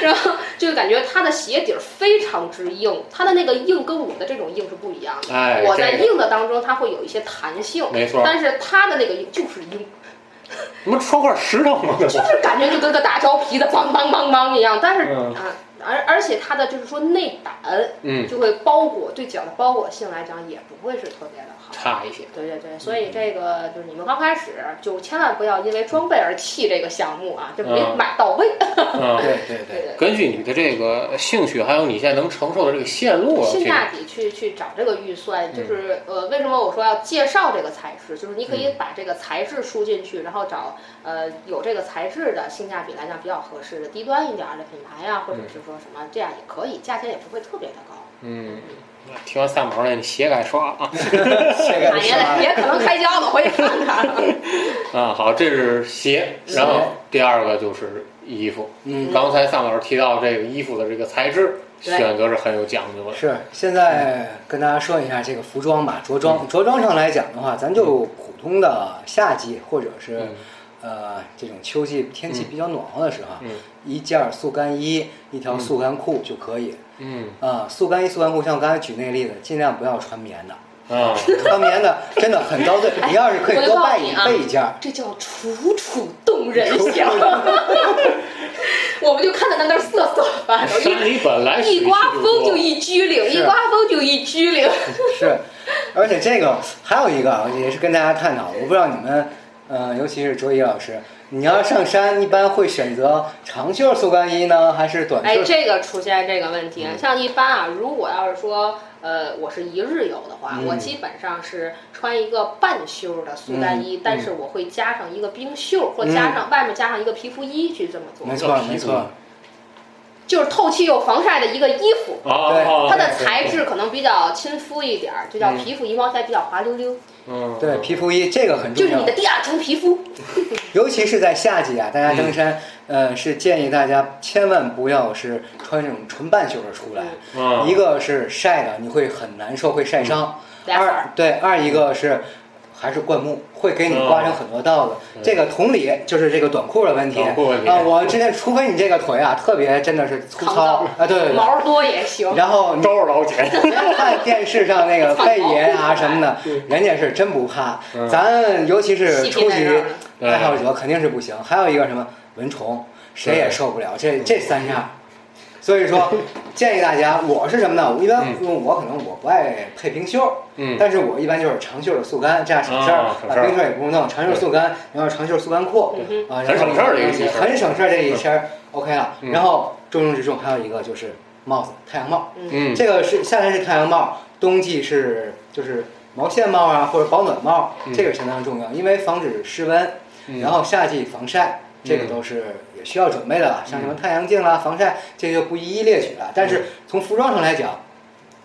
然后就感觉她的鞋底儿非常之硬，她的那个硬跟我的这种硬是不一样的。哎，呃我在这个硬的当中，它会有一些弹性，没错，但是她的那个硬就是硬，你们戳块石头吗？ 就是感觉就跟个大胶皮的梆梆梆梆一样，但是、嗯啊，而而且它的就是说内胆嗯，就会包裹对脚的包裹性来讲也不会是特别的好。差一些。对对对，所以这个就是你们刚开始就千万不要因为装备而弃这个项目啊，就没嗯买到位。嗯，对对 对对，对根据你的这个兴趣，还有你现在能承受的这个线路啊，性这个价比去去找这个预算，就是呃，为什么我说要介绍这个材质？就是你可以把这个材质输进去，然后找呃有这个材质的性价比来讲比较合适的低端一点儿的品牌啊呀，或者是说什么这样也可以，价钱也不会特别的高。嗯，那听完三毛的，你鞋该刷了啊。这哎个是呀，也可能开胶了，回去看看。啊，好，这是鞋，鞋然后第二个就是衣服。嗯，刚才萨老师提到这个衣服的这个材质对选择是很有讲究的。是，现在跟大家说一下这个服装吧，着嗯装，着装上来讲的话，咱就普通的夏季或者是、嗯呃这种秋季天气比较暖和的时候啊，嗯一件儿速干衣，一条速干裤就可以。嗯啊、速干衣、速干裤，像我刚才举那个例子，尽量不要穿棉的， 啊， 穿棉的真的很遭罪。你要是可以哎我多告诉备你一啊备一件儿，这叫楚楚动人香。 我们就看到那那儿瑟瑟发抖，山里本哎来一一刮风就水汽一激灵，一是刮风就一 激灵。是，而且这个还有一个啊，也是跟大家探讨，我不知道你们，呃，尤其是卓一老师，你要上山一般会选择长袖速干衣呢，还是嗯短哎，袖？这个出现这个问题，像一般啊，如果要是说，呃，我是一日游的话，嗯我基本上是穿一个半袖的速干嗯衣，但是我会加上一个冰袖，或加上外面加上一个皮肤衣去这么做，没错，皮没肤错，就是透气又防晒的一个衣服。多啊哦对嗯啊，它的材质可能比较亲肤一点儿，就叫皮肤衣，摸起来比较滑溜溜，嗯对，皮肤衣这个很就重是你要的，第二层皮肤。尤其是在夏季啊，大家登山，呃，是建议大家千万不要是穿这种纯半袖的出来。啊一个是晒的，你会很难受，会晒伤。俩色儿二对，二一个是还是灌木，会给你刮成很多道子。嗯这个同理就是这个短裤的问题短裤问题啊。我之前，除非你这个腿啊特别真的是粗糙抗嗯啊，对对对。毛多也行。 然后你都嗯是老姐，不要看电视上 那个贝爷啊什么的，人家是真不怕嗯。咱尤其是细初皮带级绕的对爱好者肯定是不行。还有一个什么蚊虫，谁也受不了这这三样。所以 说，建议大家，我是什么呢？我一般因为我可能我不爱配冰袖，嗯但是我一般就是长袖的速干，这样省事儿啊，省把事儿冰袖也不用弄，长袖速干，然后长袖速干裤，嗯啊，然后很省事儿这一身很省事儿这一身儿 OK 了。嗯然后重中之重还有一个就是帽子，太阳帽，嗯，这个是夏天是太阳帽，冬季是就是毛线帽啊或者保暖帽，嗯这个相当重要，因为防止湿温，嗯然后夏季防晒，这个都是也需要准备的了，像嗯什么太阳镜啦、防晒，这就不一一列举了。但是从服装上来讲，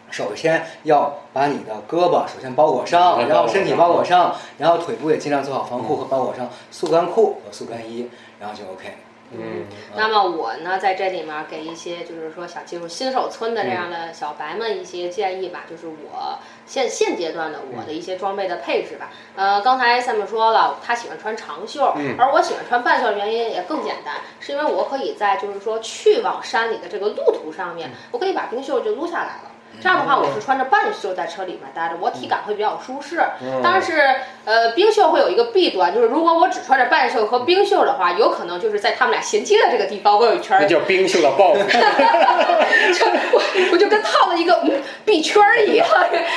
首先要把你的胳膊首先包裹嗯上，然后身体包裹上，然后腿部也尽量做好防护和包裹上，速干裤和速干衣，然后就 OK。嗯那么我呢，在这里面给一些就是说想进入新手村的这样的小白们一些建议吧，就是我现现阶段的我的一些装备的配置吧。呃，刚才 Sam 说了，他喜欢穿长袖，嗯而我喜欢穿半袖的原因也更简单，是因嗯为我可以在就是说去往山里的这个路途上面，我可以把冰袖就撸下来了。这样的话，我是穿着半袖在车里面待着，我体感会比较舒适。嗯但是，呃，冰袖会有一个弊端，就是如果我只穿着半袖和冰袖的话，有可能就是在他们俩衔接的这个地方，我有一圈儿那叫冰袖的报复。就我我就跟套了一个嗯币圈儿一样，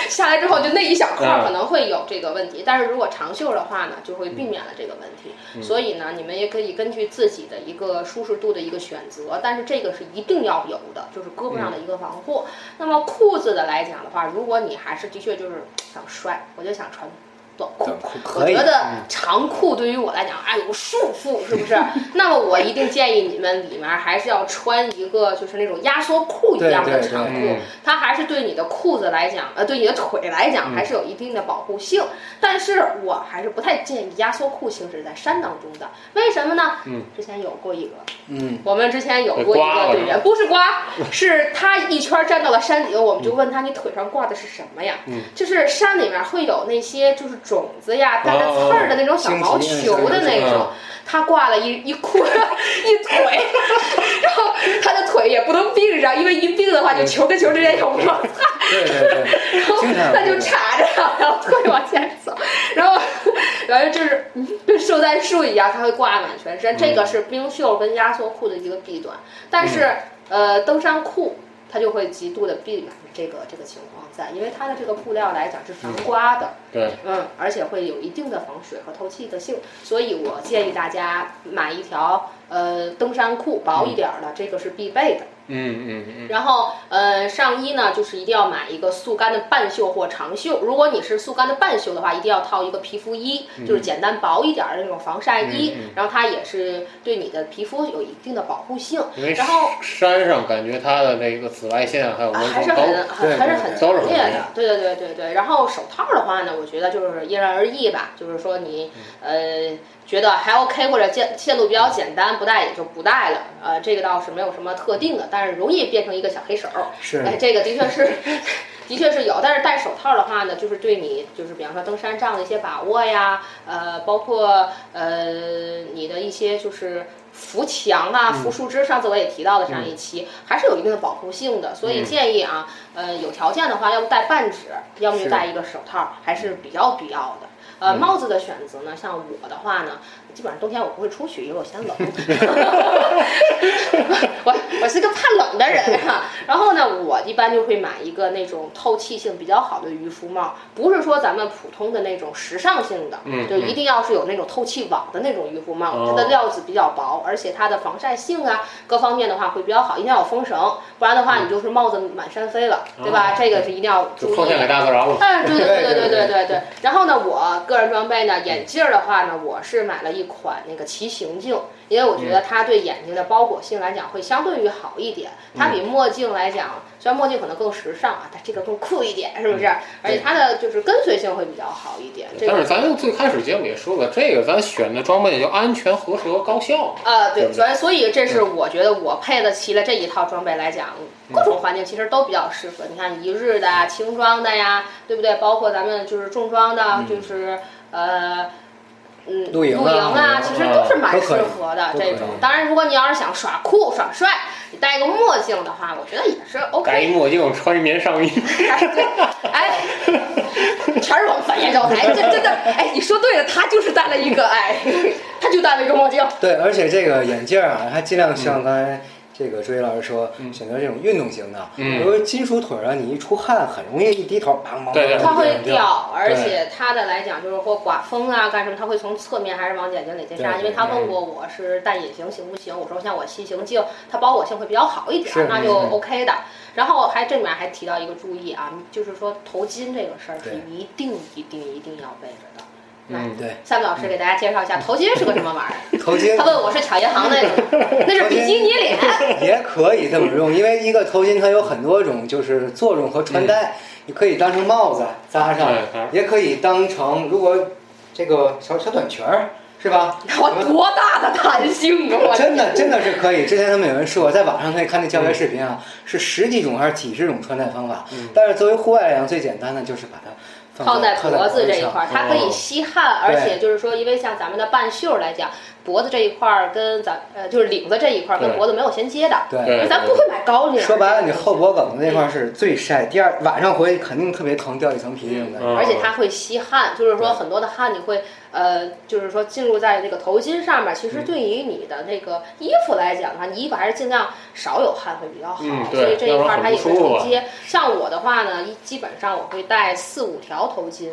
下来之后就那一小块儿可能会有这个问题，但是如果长袖的话呢，就会避免了这个问题。所以呢，你们也可以根据自己的一个舒适度的一个选择，但是这个是一定要有的，就是胳膊上的一个防护。那么裤子的来讲的话，如果你还是的确就是想帅，我就想穿短裤。短裤我可以嗯觉，得长裤对于我来讲，哎有束缚，是 不是？那么我一定建议你们里面还是要穿一个就是那种压缩裤一样的对对对长裤，嗯它还是对你的裤子来讲，呃，对你的腿来讲，嗯还是有一定的保护性。但是我还是不太建议压缩裤行驶在山当中的，为什么呢？嗯，之前有过一个，嗯，我们之前有过一个队员，不是刮，是他一圈站到了山顶，我们就问他你腿上挂的是什么呀？嗯就是山里面会有那些就是种子呀、带着刺儿的那种小毛球的那种哦，他挂了一一裤一腿， 然后他的腿也不能并上，因为一并的话就球跟球之间有摩擦。对对对，经常有他就这种叉着，然后腿往前走，然后， 然后就是嗯跟圣诞树一样，它会挂满全嗯身。这个是冰袖跟压缩裤的一个弊端，但是、嗯呃，登山裤它就会极度的避免这个这个情况在，因为它的这个布料来讲是防刮的，对，嗯，而且会有一定的防水和透气的性，所以我建议大家买一条呃登山裤薄一点儿的，这个是必备的。嗯嗯嗯，然后，呃，上衣呢，就是一定要买一个速干的半袖或长袖。如果你是速干的半袖的话，一定要套一个皮肤衣，就是简单薄一点儿的那种防晒衣。嗯嗯然后它也是对你的皮肤有一定的保护性，因为然后山上感觉它的这个紫外线还有啊蚊还虫是都很很对还是对很对强都是很烈强烈的。对对对对对。然后手套的话呢，我觉得就是因人而异吧，就是说你呃觉得还 OK 或者线线路比较简单，不戴也就不戴了。呃，这个倒是没有什么特定的，但是容易变成一个小黑手。是哎，这个的确是，的确是有。但是戴手套的话呢，就是对你，就是比方说登山杖的一些把握呀，呃，包括呃你的一些就是扶墙啊、扶树枝，上次我也提到了上一期，还是有一定的保护性的。所以建议啊，呃，有条件的话，要不戴半指，要么就是戴一个手套，还是比较必要的。呃，帽子的选择呢，像我的话呢，基本上冬天我不会出去，因为我嫌 冷。我我是个怕冷的人哈、然后呢，我一般就会买一个那种透气性比较好的渔夫帽，不是说咱们普通的那种时尚性的，嗯就一定要是有那种透气网的那种渔夫帽，哦它的料子比较薄，而且它的防晒性啊各方面的话会比较好，一定要有风绳，不然的话你就是帽子满山飞了，对吧？这个是一定要注哦就意。奉献给大自然了。哎，对对对对对对对对对。然后呢，我个人装备呢，眼镜儿的话呢，我是买了一款那个骑行镜，因为我觉得它对眼睛的包裹性来讲会相对于好一点。它比墨镜来讲，虽然墨镜可能更时尚啊，但这个更酷一点，是不是？而且它的就是跟随性会比较好一点。这但是个咱最开始节目也说了，这个咱选的装备就安全、合适和高效。呃，对对，不所以所以这是嗯我觉得我配得齐了这一套装备来讲，各种环境其实都比较适合。你看一日的嗯啊、轻装的呀，对不对？包括咱们就是重装的，就是呃。嗯，嗯露营啊啊，其实都是蛮都适可以合的都可这以种。当然，如果你要是想耍酷耍帅，你戴个墨镜的话，我觉得也是戴一 OK。墨镜，穿一棉上衣， 哎，全是我们反面教材，这真的，哎，你说对了，他就是戴了一个，哎，他就戴了一个墨镜，对，而且这个眼镜儿啊，它尽嗯量像刚才这个周一老师说，选择这种运动型的，嗯比如金属腿儿啊，你一出汗很容易一低头，砰砰砰，对对它砰会砰掉，而对且它的来讲就是或刮风啊干什么，它会从侧面还是往眼睛里进杀。对嗯因为他问过我是戴隐形行不行，我说像我西行镜，它包裹性会比较好一点是，那嗯就嗯 OK 的。然后还这里面还提到一个注意啊，就是说头巾这个事儿是对一定一定一定要备着的。来嗯，对，夏木老师给大家介绍嗯一下头巾是个什么玩 意儿。头巾他问我是抢银行那个，那是比基尼脸。 也可以这么用，因为一个头巾它有很多种，就是作用和穿戴，你可以当成帽子扎上嗯对当然，也可以当成如果这个小小短裙儿是吧？我多大的弹性啊！我真的真的是可以。之前他们有人试过，在网上可以看那教学视频啊，是十几种还是几十种穿戴方法。但是作为户外来讲，最简单的就是把它靠放在靠在脖子这一上块儿，它可以吸汗，而对且就是说，因为像咱们的半袖儿来讲，脖子这一块儿跟咱呃就是领子这一块儿跟对脖子没有衔接的，对。对咱不会买高领。说白了，你后脖梗子那块儿是最晒，第二晚上回去肯定特别疼，掉一层皮什么的。嗯而且它会吸汗，就是说很多的汗你会呃，就是说进入在那个头巾上面。其实对于你的那个衣服来讲的话，你衣服还是尽量少有汗会比较好。嗯所对以这一块儿它也要不会然很不舒服承啊接。像我的话呢，一基本上我会带四五条头巾。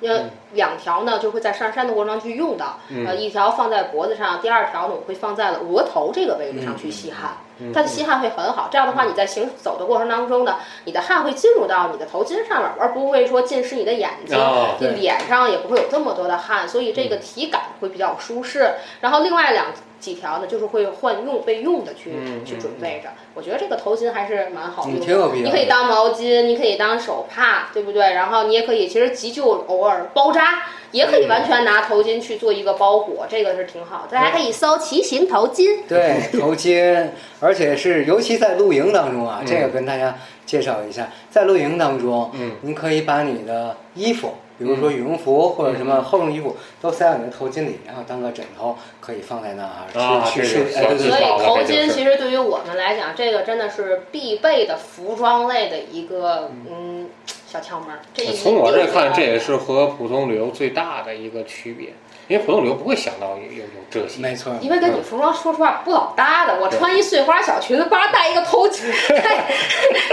要两条呢，就会在上山的过程中去用到，嗯呃，一条放在脖子上，第二条呢，我会放在了额头这个位置上去吸汗，嗯它的吸汗会很好。这样的话，你在行走的过程当中呢，你的汗会进入到你的头巾上面，而不会说浸湿你的眼睛，哦你对脸上也不会有这么多的汗，所以这嗯个体感会比较舒适。然后另外两几条呢，就是会换用备用的去、嗯去准备着。我觉得这个头巾还是蛮好用嗯的，挺有必要的你可以当毛巾，你可以当手帕，对不对？然后你也可以，其实急救偶尔包扎。也可以完全拿头巾去做一个包裹，这个是挺好的。大家嗯可以搜骑行头巾，对，头巾，而且是尤其在露营当中啊，这个跟大家介绍一下，在露营当中，嗯，你可以把你的衣服，比如说羽绒服或者什嗯么厚重衣服，都塞到你的头巾里，然后当个枕头，可以放在那儿啊去去这睡哎，个。对对对小所以技巧了头这就巾是其实对于我们来讲，这个真的是必备的服装类的一个嗯小窍门儿。这一从我这看，定这也要是和普通旅游最大的一个区别，因为普通旅游不会想到有有有这些。没错。因为跟你服装说实话不老搭的，我穿一碎花小裙子，叭戴一个 头巾在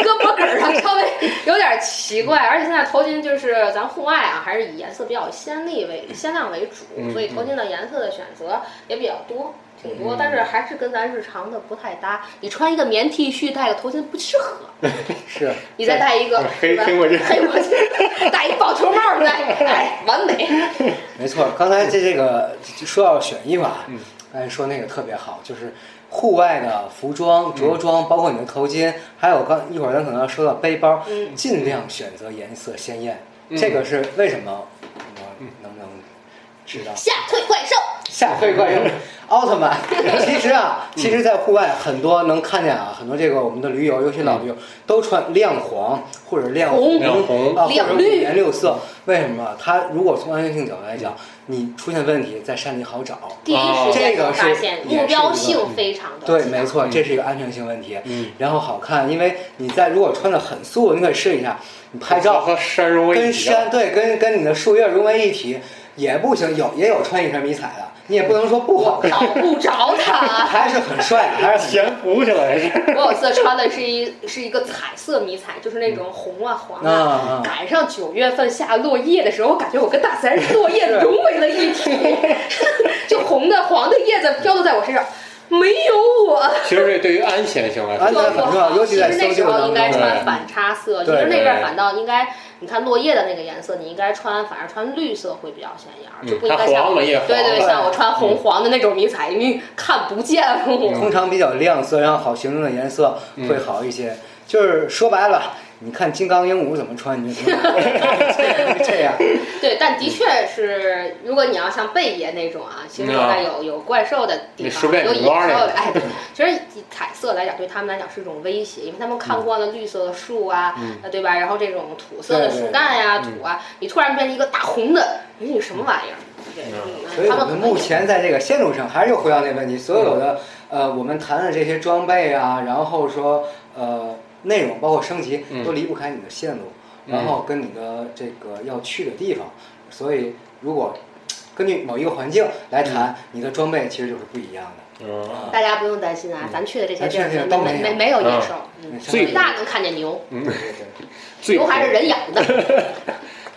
胳膊根儿上，稍微有点奇怪。而且现在头巾就是咱户外啊，还是以颜色比较鲜丽为鲜亮为主，嗯所以头巾的颜色的选择也比较多。挺嗯多，但是还是跟咱日常的不太搭。你穿一个棉 T 恤，戴个头巾不适合。是，你再戴一个黑是吧黑墨镜黑墨镜， 戴一棒球帽儿， 戴，哎，完美。没错。刚才这这个说要选衣服啊，刚才说那个特别好，就是户外的服装、着装，包括你的头巾，还有刚一会儿咱可能要说到背包，嗯尽量选择颜色鲜艳。这个是为什么？我能不能知道？吓退怪兽。吓退怪兽，奥特 曼。其实啊，其实，在户外很多能看见啊，很多这个我们的驴友，尤其老驴友，都穿亮黄或者亮红嗯亮红啊，或者亮五绿颜六色。为什么？它如果从安全性角度来讲，你出现问题在山里好找。第一时间就发现，哦这个是目标性非常的对，没错，嗯这是一个安全性问题。嗯，然后好看，因为你在如果穿的很素，你可以试一下，你拍照和山如为跟山对跟跟你的树叶融为一体也不行，有也有穿一身迷彩的，你也不能说不 好看，找不着它。还是很帅，还是很潜伏起 来是。我有一次穿的是一是一个彩色迷彩，就是那种红啊黄啊啊啊。赶上九月份下落叶的时候，我感觉我跟大自然落叶是融为了一体，就红的黄的叶子飘落在我身上，没有我。其实这对于安全性来说，安全很重要，尤其在其实搜那时救当候应中。该穿反差色，其对实那边对反倒应该，你看落叶的那个颜色，你应该穿反而穿绿色会比较显眼儿，就不应该嗯它像黄了也黄对对，对像我穿红黄的那种迷彩，因为看不见 我。通常比较亮色，然后好形容的颜色嗯会好一些。就是说白了，你看金刚鹦鹉怎么穿，你就怎么穿 这样。对，但的确是，如果你要像贝爷那种啊，其实嗯啊在有有怪兽的地你随方，便有你野玩儿兽那的个，哎，对，其实以彩色来讲，对他们来讲是一种威胁，因为他们嗯看惯了绿色的树啊，呃对吧？然后这种土色的对对树对干呀、嗯土啊，你突然变成一个大红的，哎，你什么玩意儿？对，啊嗯所以他我们可们能目也前在这个线路上，还是又回到那问题，所有嗯的呃，我们谈的这些装备啊，然后说呃内容，包括升级，嗯都离不开你的线路，然后跟你的这个要去的地方。所以如果根据某一个环境来嗯谈，你的装备其实就是不一样的。嗯，大家不用担心啊，咱去的这些咱去地的儿这些都没没有没没有野嗯兽，嗯，最最大能看见牛，对对对。最牛还是人养的。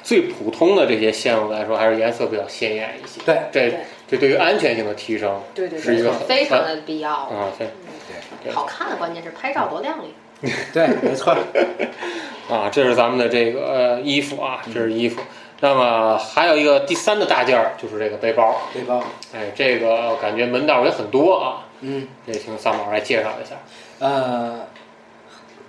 最普通的这些线路来说，还是颜色比较鲜艳一些。对这对这对于安全性的提升，对对 是一个对，很 非常的必要。啊，对对嗯好看的关键是拍照多靓丽。对，没错儿。啊，这是咱们的这个呃衣服啊，这是衣服。那么还有一个第三的大件儿就是这个背包，背包，哎，这个感觉门道也很多啊，嗯，也请三毛来介绍一下。呃，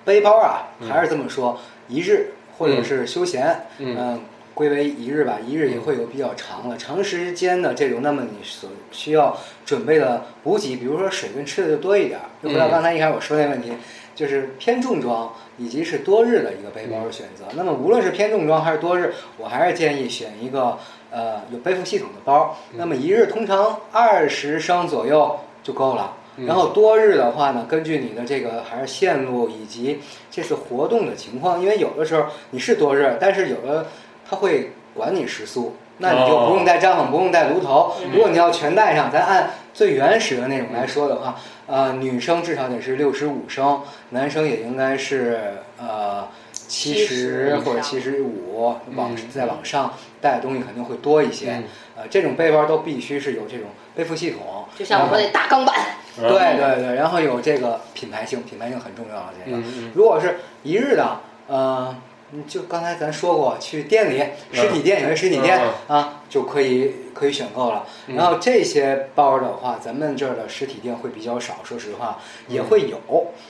背包啊，还是这么说，一日或者是休闲，嗯呃归为一日吧，一日也会有比较长了，长时间的这种，那么你所需要准备的补给，比如说水跟吃的就多一点儿。就回到嗯刚才一开始我说那问题，就是偏重装以及是多日的一个背包的嗯选择。那么无论是偏重装还是多日，我还是建议选一个呃有背负系统的包。嗯那么一日通常二十升左右就够了。然后多日的话呢，根据你的这个还是线路以及这次活动的情况，因为有的时候你是多日，但是有的他会管你时速，那你就不用带帐篷，不用带炉头。如果你要全带上，咱按最原始的那种来说的话，呃，女生至少得是六十五升，男生也应该是呃。七十或者七十五往再往上带的东西肯定会多一些，呃，这种背包都必须是有这种背负系统，就像我说那大钢板，嗯对对对，然后有这个品牌性，品牌性很重要。啊这个，嗯如果是一日的，呃，嗯就刚才咱说过，去店里实体店有些实体店啊，就可以可以选购了。然后这些包的话，咱们这儿的实体店会比较少，说实话也会有。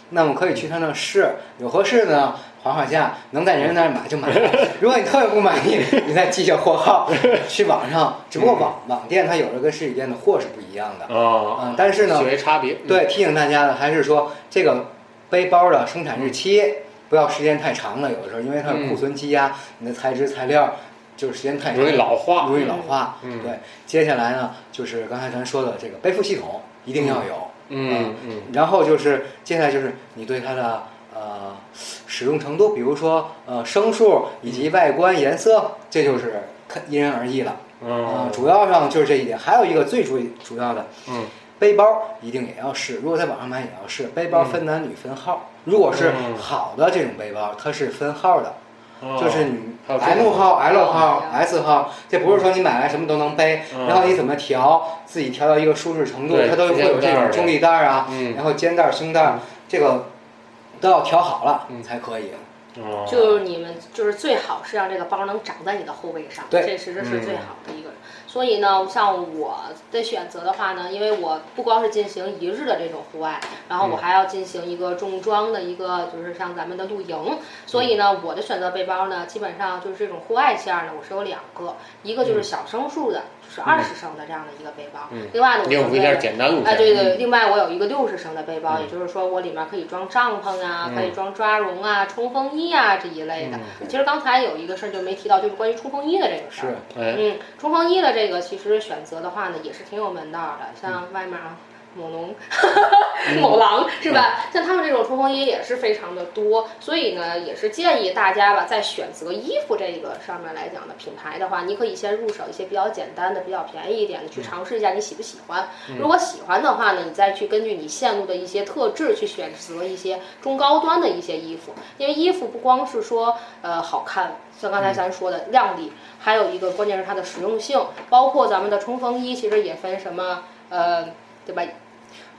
那么可以去他那试，有合适的呢划划价，能在人家那儿买就买。 如果你特别不满意，你再记下货 号，去网上。只不过网网店它有的跟实体店的货是不一样的。啊，嗯，但是呢有，些差别，嗯，对，提醒大家的还是说这个背包的生产日期不要时间太长了，有的时候因为它有库存积压，你的材质材料就是时间太长嗯容易老化，容易老化。嗯对，接下来呢就是刚才咱说的这个背负系统一定要有，嗯嗯然后就是接下来就是你对它的。呃，使用程度，比如说呃升数以嗯及外观颜色，这就是看因人而异了。啊嗯，，主要上就是这一点，还有一个最主主要的，嗯，背包一定也要试，如果在网上买也要试。背包分男女分号，如果是嗯哦好的这种背包，它是分号的，就是你还有这种 M 号、L 号哦、 S 号，这不是说你买来什么都能背，嗯然后你怎么调，自己调到一个舒适程度对，它都会有这种中立带儿啊，嗯然后肩带儿、胸带儿，这个都要调好了嗯才可以。哦就是你们就是最好是让这个包能长在你的后背上，对这其实是最好的一个。嗯所以呢，像我的选择的话呢，因为我不光是进行一日的这种户外，然后我还要进行一个重装的一个，就是像咱们的露嗯营。所以呢，我的选择背包呢，基本上就是这种户外线儿呢，我是有两个，一个就是小升数的，就是二十升的这样的一个背包，嗯另外呢，我应就付会一下简单路线，哎，对对，另外我有一个六十升的背包，嗯也就是说我里面可以装帐篷啊，嗯可以装抓绒啊、冲锋衣啊这一类的。其实刚才有一个事儿就没提到，就是关于冲锋衣的这个事是儿。，哎，嗯，冲锋衣的这个其实选择的话呢，也是挺有门道儿的，像外面啊。某龙、 某狼是吧？像他们这种冲锋衣也是非常的多，所以呢，也是建议大家吧，在选择衣服这个上面来讲的品牌的话，你可以先入手一些比较简单的、比较便宜一点的，去尝试一下你喜不喜欢。如果喜欢的话呢，你再去根据你线路的一些特质去选择一些中高端的一些衣服，因为衣服不光是说呃好看，像刚才咱说的靓丽，还有一个关键是它的实用性，包括咱们的冲锋衣其实也分什么呃对吧，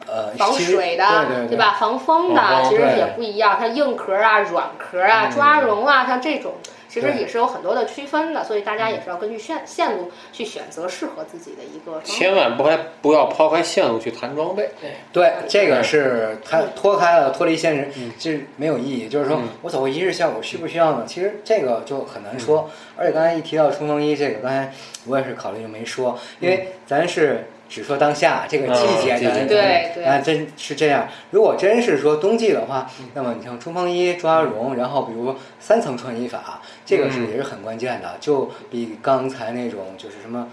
呃，嗯防其实水的，对对对吧？防风的防风其实对嗯也不一样，它硬壳啊、软壳啊、抓绒啊，像这种。其实对嗯也是有很多的区分的，所以大家也是要根据线线路去选择适合自己的一个装备。千万不还不要抛开线路去谈装备，对，这个是它脱开了脱离现实，嗯这没有意义。就是说我走过一日下午需不需要呢？其实这个就很难嗯说。而且刚才一提到冲锋衣这个，刚才我也是考虑就没说，因为咱是只说当下这个季节，嗯季节咱对对啊，真是这样。如果真是说冬季的话，嗯那么你像冲锋衣、抓绒，然后比如三层穿衣法，这个是嗯也是很关键的，就比刚才那种就是什么。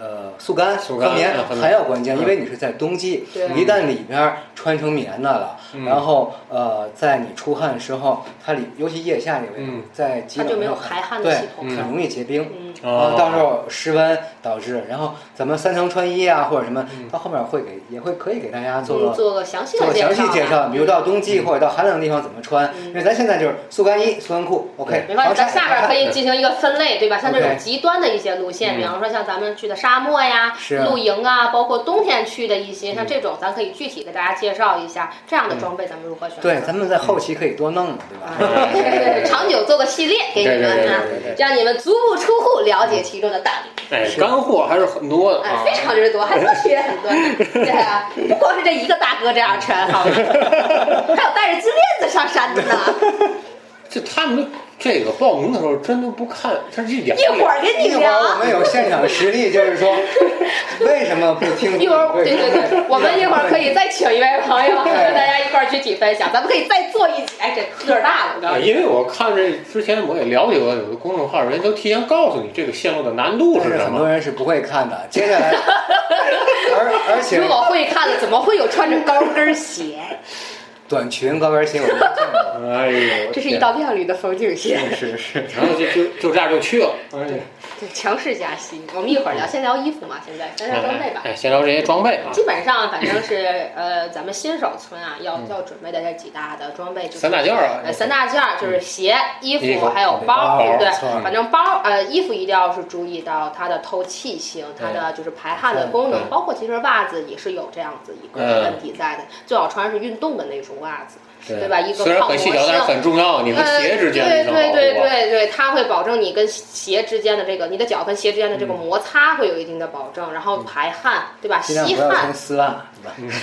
呃，速干、速干钢棉嗯很还要关键，嗯因为你是在冬季，对嗯一旦里边儿穿成棉的了，然后呃，在你出汗的时候，它里尤其腋下这位嗯置，在肌它就肉没有上排汗的对系统很了容易结冰。嗯，然后到时候湿温导致，然后咱们三层穿衣啊或者什么，到后面会给也会可以给大家做嗯个做个详细嗯做的个详细介吧绍，比如到冬季或者到寒冷的地方怎么穿，因为咱现在就是速干衣、速干裤，OK，嗯没关系，防晒咱下边可以进行一个分类，对吧？像这种 OK 极端的一些路线，比方说像咱们去的沙漠呀、是露营啊，包括冬天去的一些，像这种，咱可以具体给大家介绍一下这样的装备咱们如何选择。对，咱们在后期可以多弄嘛，对吧？啊对对对 长久做个系列给你对对们啊对对对，让你们足不出户了解其中的道理。哎，干货还是很多的哎啊，非。常之多，还多学很多。对啊，不光是这一个大哥这样穿，好吗？还有带着金链子上山的呢。就他们都这个报名的时候真都不看，他是一点一会儿跟一你会儿我聊。们有现场实例，就是 说为什么不听？一会儿，对对为什么对，我们一会儿可以再请一位朋友对跟大家一块儿具体分享，咱们可以再做一集。哎，这个儿大了，我告诉啊，你。因为我看这之前我也了解过，有的公众号人都提前告诉你这个线路的难度但是什很多么。人是不会看的。接 下来，而而且如果会看了，怎么会有穿着高跟鞋？短裙、高跟鞋我没见过。哎呦，这是一道亮丽的风景线。是是，然后就就就这样就去了。哎呀， 对，强势加息。我们一会儿聊，先聊衣服嘛，现在先聊装备吧。哎，先聊这些装备啊，基本上反正是呃，咱们新手村啊，要要准备的这几大的装备就是三大件儿啊呃，三大件儿就是鞋、衣衣服服还有包包，对不对没嗯错？反正包呃，衣服一定要是注意到它的透气性，它的就是排汗的功能，对包括其实袜子也是有这样子一个嗯问题在的，最好穿是运动的那种袜子，对对吧？一个虽然抗很磨细小，但是性。很重要。你和鞋之间的一呃对种嗯保护对啊。对对对，它会保证你跟鞋之间的这个，你的脚跟鞋之间的这个摩擦会有一定的保证，然嗯后排汗，对吧？尽量吸不要汗穿，丝袜，对吧？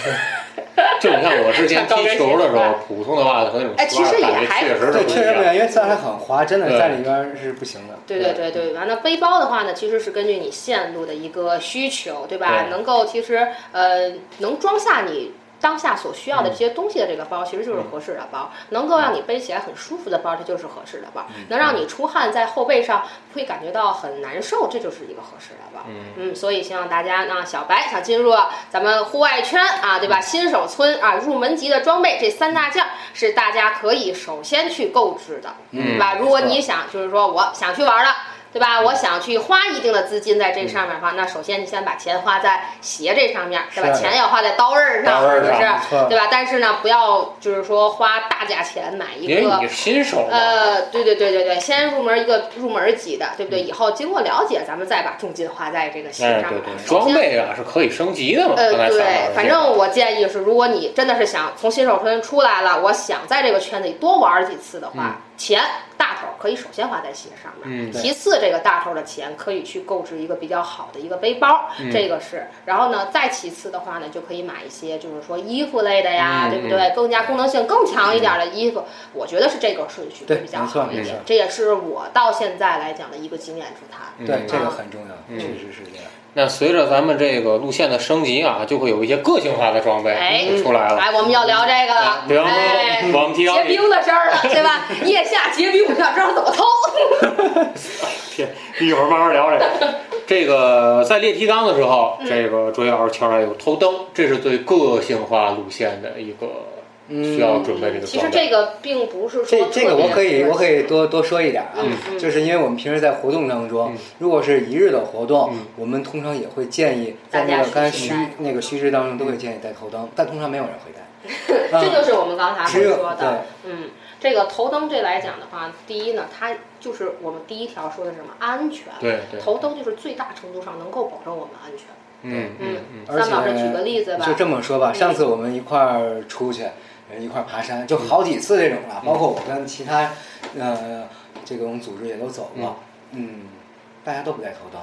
就你看我之前踢球的时 候，普通的袜子和那种哎其实丝袜也感觉还确实是对，不确一实不样。行，因为丝袜它很滑，真的对在里边是不行的。对对对对，完了背包的话呢，其实是根据你线路的一个需求，对吧？对能够其实呃能装下你。当下所需要的这些东西的这个包，其实就是合适的包，能够让你背起来很舒服的包，它就是合适的包，能让你出汗在后背上会感觉到很难受，这就是一个合适的包。嗯，所以希望大家呢，小白想进入咱们户外圈啊，对吧？新手村啊，入门级的装备这三大件儿是大家可以首先去购置的，嗯对吧？如果你想就是说我想去玩了。对吧？我想去花一定的资金在这上面的话，那首先你先把钱花在鞋这上面，对吧？是钱要花在刀刃上，啊刀是刃上不是没？错对吧？但是呢，不要就是说花大价钱买一因为个你是新手嘛，呃，对对对对对，先入门一个入门级的，对不对？以后经过了解，咱们再把重金花在这个嗯哎鞋上对面。对，首装先备啊是可以升级的嘛。刚呃，才对，反我正我建议是，如果你真的是想从新手村出来了，我想在这个圈子里多玩几次的话，钱大头可以首先花在鞋上面，嗯对其次这个大头的钱可以去购置一个比较好的一个背包，嗯这个是。然后呢，再其次的话呢，就可以买一些就是说衣服类的呀，嗯对不对？更加功能性更强一点的衣服，我觉得是这个顺序会对比较没错好一没点错。这也是我到现在来讲的一个经验之谈。对，这啊个很重要，确实是这样。那随着咱们这个路线的升级啊，就会有一些个性化的装哎备出来了。来，我们要聊这个了，比方哎说，我们提到结冰的事儿了，对吧？腋下结冰，我想知道怎么偷。哎天，一会儿慢慢聊这 个。这个在猎提纲的时候，嗯这个卓老师敲来有头灯，这是对个性化路线的一个嗯需要准备的一个其实装备。这个并不是说这这个我可以特别我可以多多说一点啊嗯嗯，就是因为我们平时在活动当中，如果是一日的活动，嗯我们通常也会建议在那大个家刚才去须带那个须知当中都会建议戴头灯，但通常没有人会 戴。啊这就是我们刚才只会有说的，嗯，这个头灯这来讲的话，第一呢，它就是我们第一条说的是什么安全，对对，头灯就是最大程度上能够保证我们安全。嗯嗯嗯，三老师而且举个例子吧，就这么说吧，嗯上次我们一块儿出去，呃一块儿爬山，就好几次这种嗯了，包括我跟其他，呃，这种组织也都走过，嗯，大家都不戴头灯。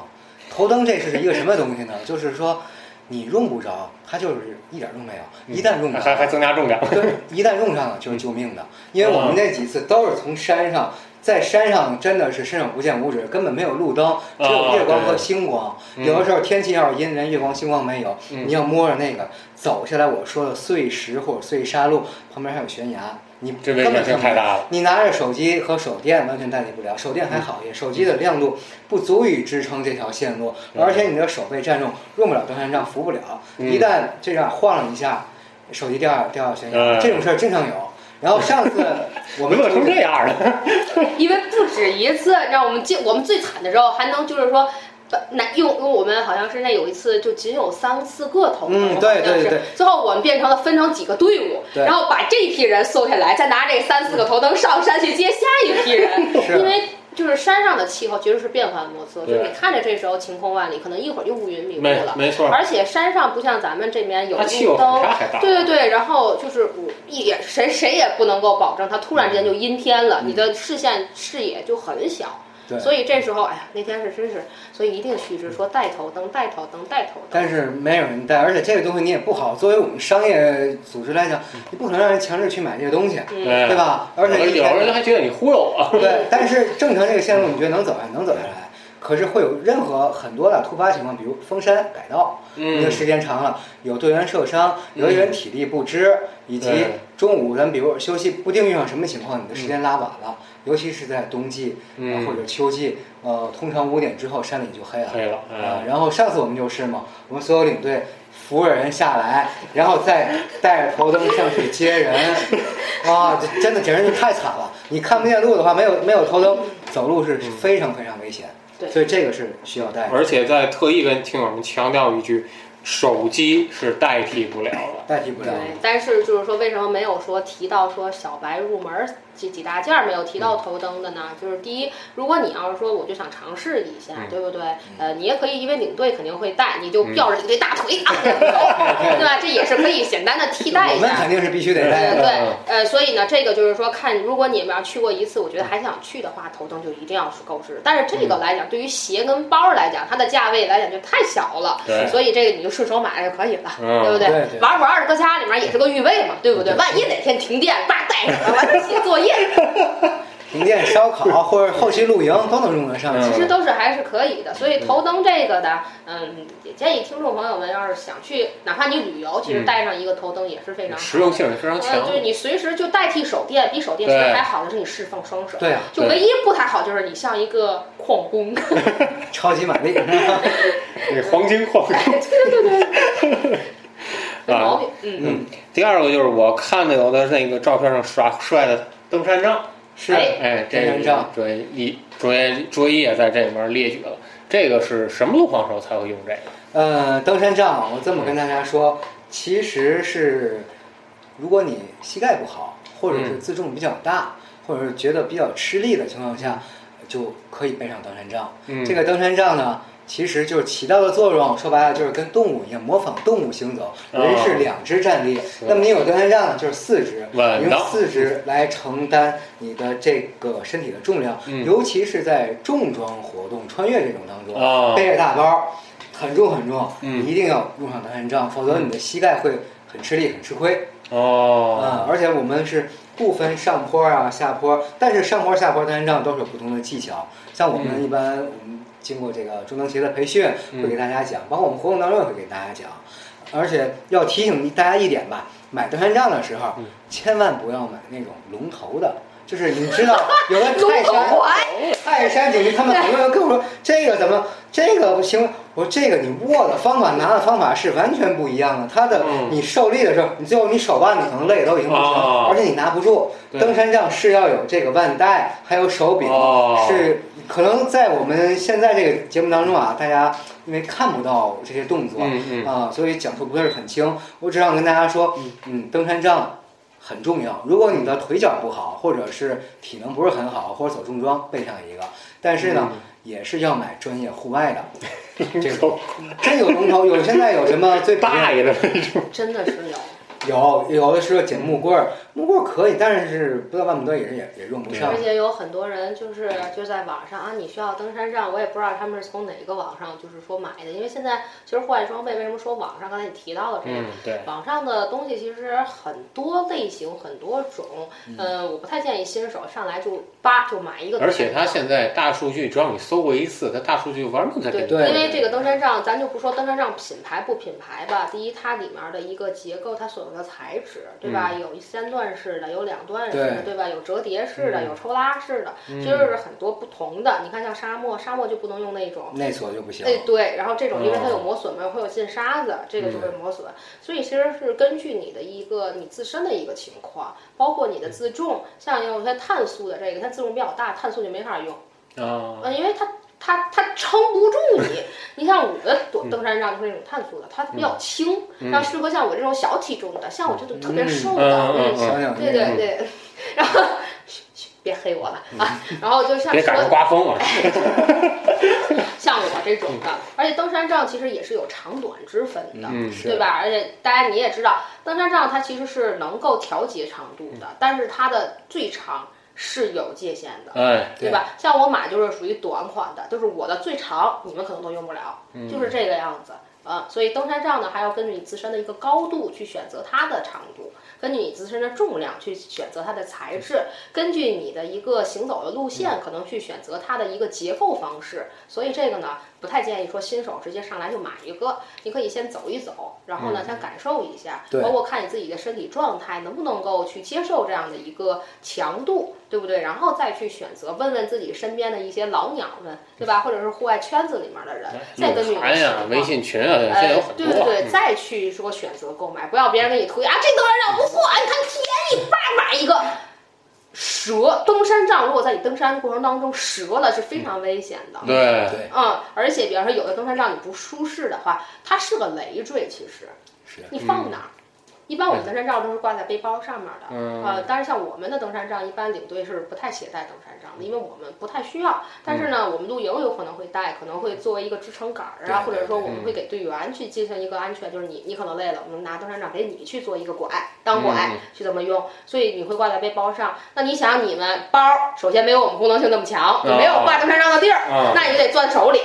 头灯这是一个什么东西呢？就是说你用不着，它就是一点儿用没有，一旦用着，还还增加重量。对，一旦用上了就是救命的，因为我嗯们那几次都是从山上，在山上真的是伸手不见五指，根本没有路灯，只啊有月光和星光。有嗯的时候天气要是阴，连月光星光没有，你要摸着那个走下来，我说的碎石或者碎沙路，旁边还有悬崖，你这根危本险看性不到太大了。你拿着手机和手电完全代替不了，手电还好一些，手机的亮度不足以支撑这条线路，而且你的手被占用，用不了登山杖，扶不了，一旦这样晃了一下，手机掉下掉下悬崖，嗯这种事儿经常有。然后上次我们沦落出成这去，样了，因为不止一次，让我们进我们最惨的时候，还能就是说。把那用用我们好像是那有一次就仅有三四个头发，嗯好像对对是对。最后我们变成了分成几个队伍，对然后把这一批人搜下来，再拿这三四个头灯上山去接下一批人，是啊因为就是山上的气候其实是变幻莫测，就对是你看着这时候晴空万里，可能一会儿又乌云密布没了。没错，而且山上不像咱们这边有它气候路反灯，差还大。对对对，然后就是我也谁谁也不能够保证它突然之间就阴天了，你的视线视野就很小。对所以这时候，哎呀，那天是真是，所以一定须知说带头灯，带头灯，带头灯。但是没有人带，而且这个东西你也不好。作为我们商业组织来讲，你不可能让人强制去买这个东西，嗯，对吧？而且有一的人天还觉得你忽悠我。对，但是正常这个线路，你觉得能走下能走下来？可是会有任何很多的突发情况，比如封山改道，嗯因为时间长了，有队员受伤，有一个人体力不支，以及对中午咱们比如休息不定遇上什么情况，你的时间拉晚了，尤其是在冬季、嗯啊或者秋季，呃，通常五点之后山里就黑了。可以了，啊哎，，然后上次我们就是嘛，我们所有领队扶着人下来，然后再带着头灯上去接人， 啊，这真的简直就太惨了！你看不见路的话，没有没有头灯，走路是非常非常危险。对所以这个是需要带嗯而且在特意跟听友们强调一句，手机是代替不了的。代替不了对。，但是就是说，为什么没有说提到说小白入门儿几几大件儿没有提到头灯的呢？就是第一，如果你要是说我就想尝试一下，嗯对不对？呃，你也可以，因为领队肯定会带，你就吊着领队大腿啊，对吧？这也是可以简单的替代我一们下肯。定是必须得带 的。对嗯对，呃，所以呢，这个就是说，看如果你们要去过一次，我觉得还想去的话，头灯就一定要是购置。但是这嗯个来讲，对于鞋跟包儿来讲，它的价位来讲就太小了，对所以这个你就顺手买就可以了，嗯对不对对玩会儿二十个家里面也是个预备嘛，对不对？万一哪天停电，叭带上了，完了写作嗯业，停电、烧烤或者后期露营都能用得上。嗯其实都是还是可以的。所以头灯这个呢，嗯，也建议听众朋友们，要是想去，哪怕你旅游，其实嗯带上一个头灯也是非常好实用性也非常呃，强就。是你随时就代替手电，比手电其对实还好的是你释放双手。对啊，就唯一不太好就是你像一个 矿工，超级玛 丽，那黄金矿。有毛病。嗯，嗯，第二个就是我看的有的那个照片上耍帅的登山杖，是啊哎哎，这登山杖卓一卓一卓一也在这里面列举了，这个是什么路况时候才会用这个？呃，登山杖，我这么跟大家说，其实是，如果你膝盖不好，或者是自重比较嗯大，或者是觉得比较吃力的情况下，就可以背上登山杖。嗯这个登山杖呢，其实就是起到的作用，说白了就是跟动物一样，模仿动物行走，哦人是两只站立，那么你有登山杖呢，就是四只，稳你用当四肢来承担你的这个身体的重量，嗯尤其是在重装活动、穿越这种当中，啊背着大包，很重很重，嗯你一定要用上登山杖，否则你的膝盖会很吃力、很吃亏啊、嗯哦，而且我们是不分上坡啊、下坡，但是上坡、下坡登山杖都是有不同的技巧，像我们嗯一般我们经过这个中登协的培训，嗯会给大家讲，包括我们活动当中也会给大家讲。而且要提醒大家一点吧，买登山杖的时嗯候，千万不要买那种龙头的，就是你知道有 的泰龙头山款，泰山警力他们很多人跟我说这个怎么这个不行，我说这个你握的方法拿的方法是完全不一样的，它的嗯你受力的时候，你最后你手腕子可能累都已经不行哦了，而且你拿不住。对登山杖是要有这个腕带，还有手柄哦是可能在我们现在这个节目当中啊，大家因为看不到这些动作，嗯嗯啊，所以讲述不是很清。我只想跟大家说，嗯，登山杖很重要。如果你的腿脚不好，或者是体能不是很好，或者走重装，备上一个。但是呢，也是要买专业户外 的，这种真有龙头，有现在有什么最大爷的，真的是有。啊有有的时候捡木棍儿，木棍儿可以，但是不到万不得也是也也用不上而。且有很多人就是就在网上啊，你需要登山杖，我也不知道他们是从哪个网上就是说买的，因为现在其实户外装备为什么说网上，刚才你提到了这个，嗯，对，网上的东西其实很多类型很多种，嗯、我不太建议新手上来就叭就买一个。而且它现在大数据，只要你搜过一次，它大数据玩命在给对，你对因为这个登山杖，咱就不说登山杖品牌不品牌吧。第一，它里面的一个结构，它所有的材质，对吧？有三段式的，有两段式的，对吧？有折叠式的，有抽拉式的，其实是很多不同的。你看，像沙漠，沙漠就不能用那种内锁就不嗯行，哎，对，然后这种因为它哦有磨损嘛，会有进沙子，这个就会磨损，所以其实是根据你的一个你自身的一个情况，包括你的自重，像有些碳素的这个，它自重比较大，碳素就没法用，啊，呃，因为它它它撑不住你。你像我的嗯登登山杖就是那种碳素的，它比较轻，然后适合像我这种小体重的，像我这种特别瘦的，嗯嗯嗯想想对对对， 然后别黑我了啊，然后就像别赶说上刮风啊，像我这种的，而且登山杖其实也是有长短之分的，嗯是对吧？而且大家你嗯也知道，登山杖它其实是能够调节长度的，但是它的最长。是有界限的。哎，对吧？像我买就是属于短款的，就是我的最长，你们可能都用不了，就是这个样子啊、所以登山杖呢，还要根据你自身的一个高度去选择它的长度，根据你自身的重量去选择它的材质，根据你的一个行走的路线，可能去选择它的一个结构方式。所以这个呢，不太建议说新手直接上来就买一个，你可以先走一走，然后呢，先感受一下，对包括看你自己的身体状态能不能够去接受这样的一个强度，对不对？然后再去选择问问自己身边的一些老鸟们，对吧？或者是户外圈子里面的人，再跟你论坛呀、微信群啊，现在有很多、呃对对对，再去说选择购买，不要别人给你推啊，这登山杖不错，你看便宜，叭买一个。折登山杖，如果在你登山过程当中折了，是非常危险的。对对，嗯，而且比方说有的登山杖你不舒适的话，它是个累赘，其实是你放哪儿？一般我们登山杖都是挂在背包上面的，嗯呃，但是像我们的登山杖，一般领队是不太携带登山杖的，因为我们不太需要。但是呢，我们露营有可能会带，可能会作为一个支撑杆儿啊，对或者说对嗯我们会给队员去进行一个安全，就是你你可能累了，我们拿登山杖给你去做一个拐，当拐、嗯去怎么用，所以你会挂在背包上。那你想，你们包儿首先没有我们功能性那么强，你没有哦挂登山杖的地儿，啊那你就得攥手里，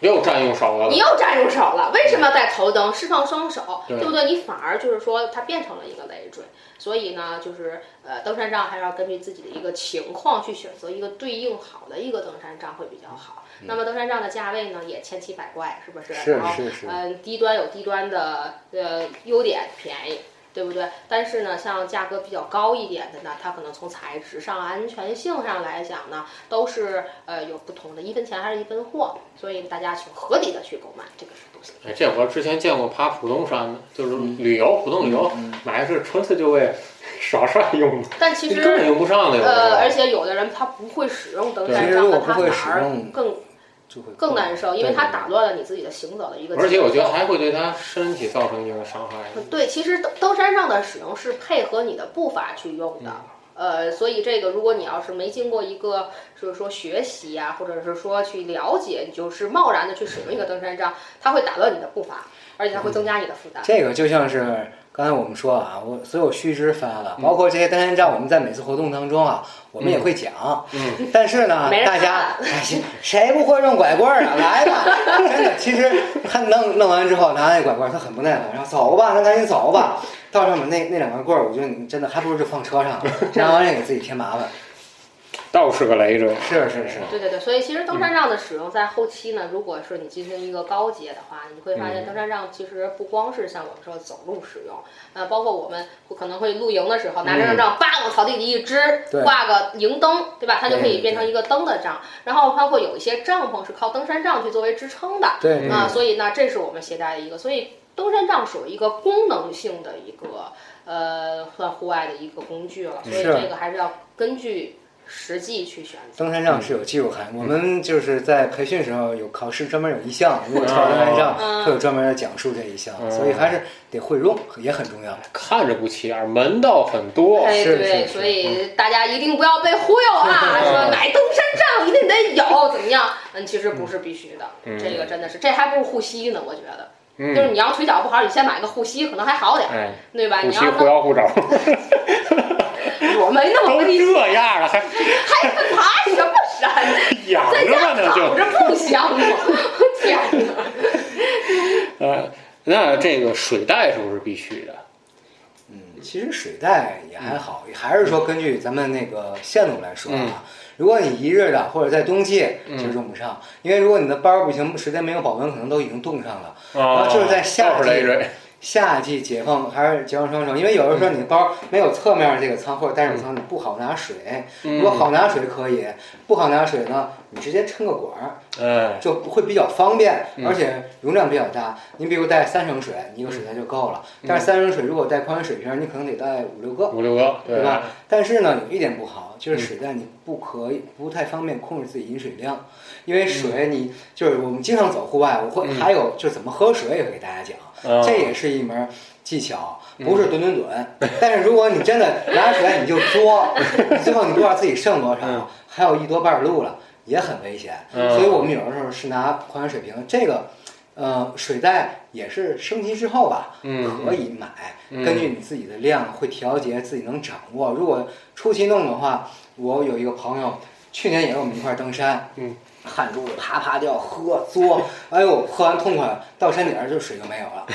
又占用手了你。又占用手了，为什么要戴头灯？释放双手，对对不对？你反而就是说它变成了一个累赘。所以呢，就是呃，登山杖还是要根据自己的一个情况去选择一个对应好的一个登山杖会比较好。那么登山杖的价位呢，也千奇百怪，是不是？是然后是是嗯，低端有低端的呃优点，便宜。对不对？但是呢，像价格比较高一点的呢，它可能从材质上、安全性上来讲呢，都是呃有不同的，一分钱还是一分货，所以大家请合理的去购买，这个是不行。哎，这我之前见过爬浦东山的，就是嗯旅游浦东旅游，买的是纯粹就为 耍帅用的，但其你根本实用不上的。有呃，而的时且有的人他不会使用登对山其实杖，我那不他会反使而用更就会更难受，因为对它打乱了你自己的行走的一个候节奏。而且我觉得还会对他身体造成一定的伤害。嗯对，其实登登山杖的使用是配合你的步伐去用的。呃，所以这个，如果你要是没经过一个，就是说学习啊，或者是说去了解，你就是贸然的去使用一个登山杖，它会打乱你的步伐，而且它会增加你的负担。这个就像是刚才我们说啊，我所有须知发了，包括这些登山杖，我们在每次活动当中啊，我们也会讲。嗯，但是呢 没，人大看家哎谁不会用拐棍儿啊？来吧，真的。其实他弄弄完之后，拿那拐棍儿，他很不耐烦，然后走吧，咱赶紧走吧。到上面那那两根棍儿，我觉得你真的还不如就放车 上了，然后也给自己添麻烦。倒是个累赘。是是是，对对对，所以其实登山杖的使用在后期呢，如果是你进行一个高阶的话，你会发现登山杖其实不光是像我们说走路使用，呃，包括我们可能会露营的时候拿登山杖叭往草地里一支，对挂个营灯，对吧？它就可对以变成一个灯的杖。然后包括有一些帐篷是靠登山杖去作为支撑的，对对啊，所以呢，这是我们携带的一个，所以登山杖属于一个功能性的一个呃算户外的一个工具了，所以是这个还是要根据实际去选择。登山杖是有技术含，我们就是在培训时候有考试专门有一项，如果挑登山杖，嗯会有专门的讲述这一项，所以还是得会用也很重要。看着不起眼，门道很多。哎，是是对，是所嗯以大家一定不要被忽悠 啊！说买登山杖一定得有，怎么样？嗯，其实不是必须的，嗯这个真的是，这还不如护膝呢，我觉得。就是你要腿脚不好，你先买个护膝，可能还好点儿，哎，对吧？不你要齐互摇互找，我没那么都危险，这样了，还还爬什么山？养在着家吧呢躺就。着不香吗？ 天哪！呃，那这个水袋是不是必须的？其实水袋也还好，还是说根据咱们那个线路来说啊。如果你一日的或者在冬季，其实用不上，因为如果你的包儿不行，时间没有保温，可能都已经冻上了。然啊，后就是在夏倒是累季，赘。夏季解放还是解放双手，因为有的时候你的包儿没有侧面这个仓或者单手仓，你不好拿水。如果好拿水可以，不好拿水呢，你直接撑个管儿，哎，就会比较方便，而且容量比较大。你比如带三升水，你一个水袋就够了。但是三升水如果带矿泉水瓶儿，你可能得带五六个，五六个，对吧吧？？但是呢，有一点不好，就是水袋你不可以不太方便控制自己饮水量，因为水你就是我们经常走户外，我会还有就是怎么喝水也会给大家讲。啊这也是一门技巧，嗯不是蹲蹲蹲。但是如果你真的拿起来你就 作，最后你不知道自己剩多嗯少，还有一多半路了，也很危险。嗯所以我们有的时候是拿矿泉水瓶，这个呃，水袋也是升级之后吧，嗯可以买，根据你自己的量会调节，自己能掌握。如果初期弄的话，我有一个朋友，去年也跟我们一块儿登山，嗯，汗珠子啪啪掉，喝嘬，哎呦，喝完痛快了，到山顶儿就水就没有 了，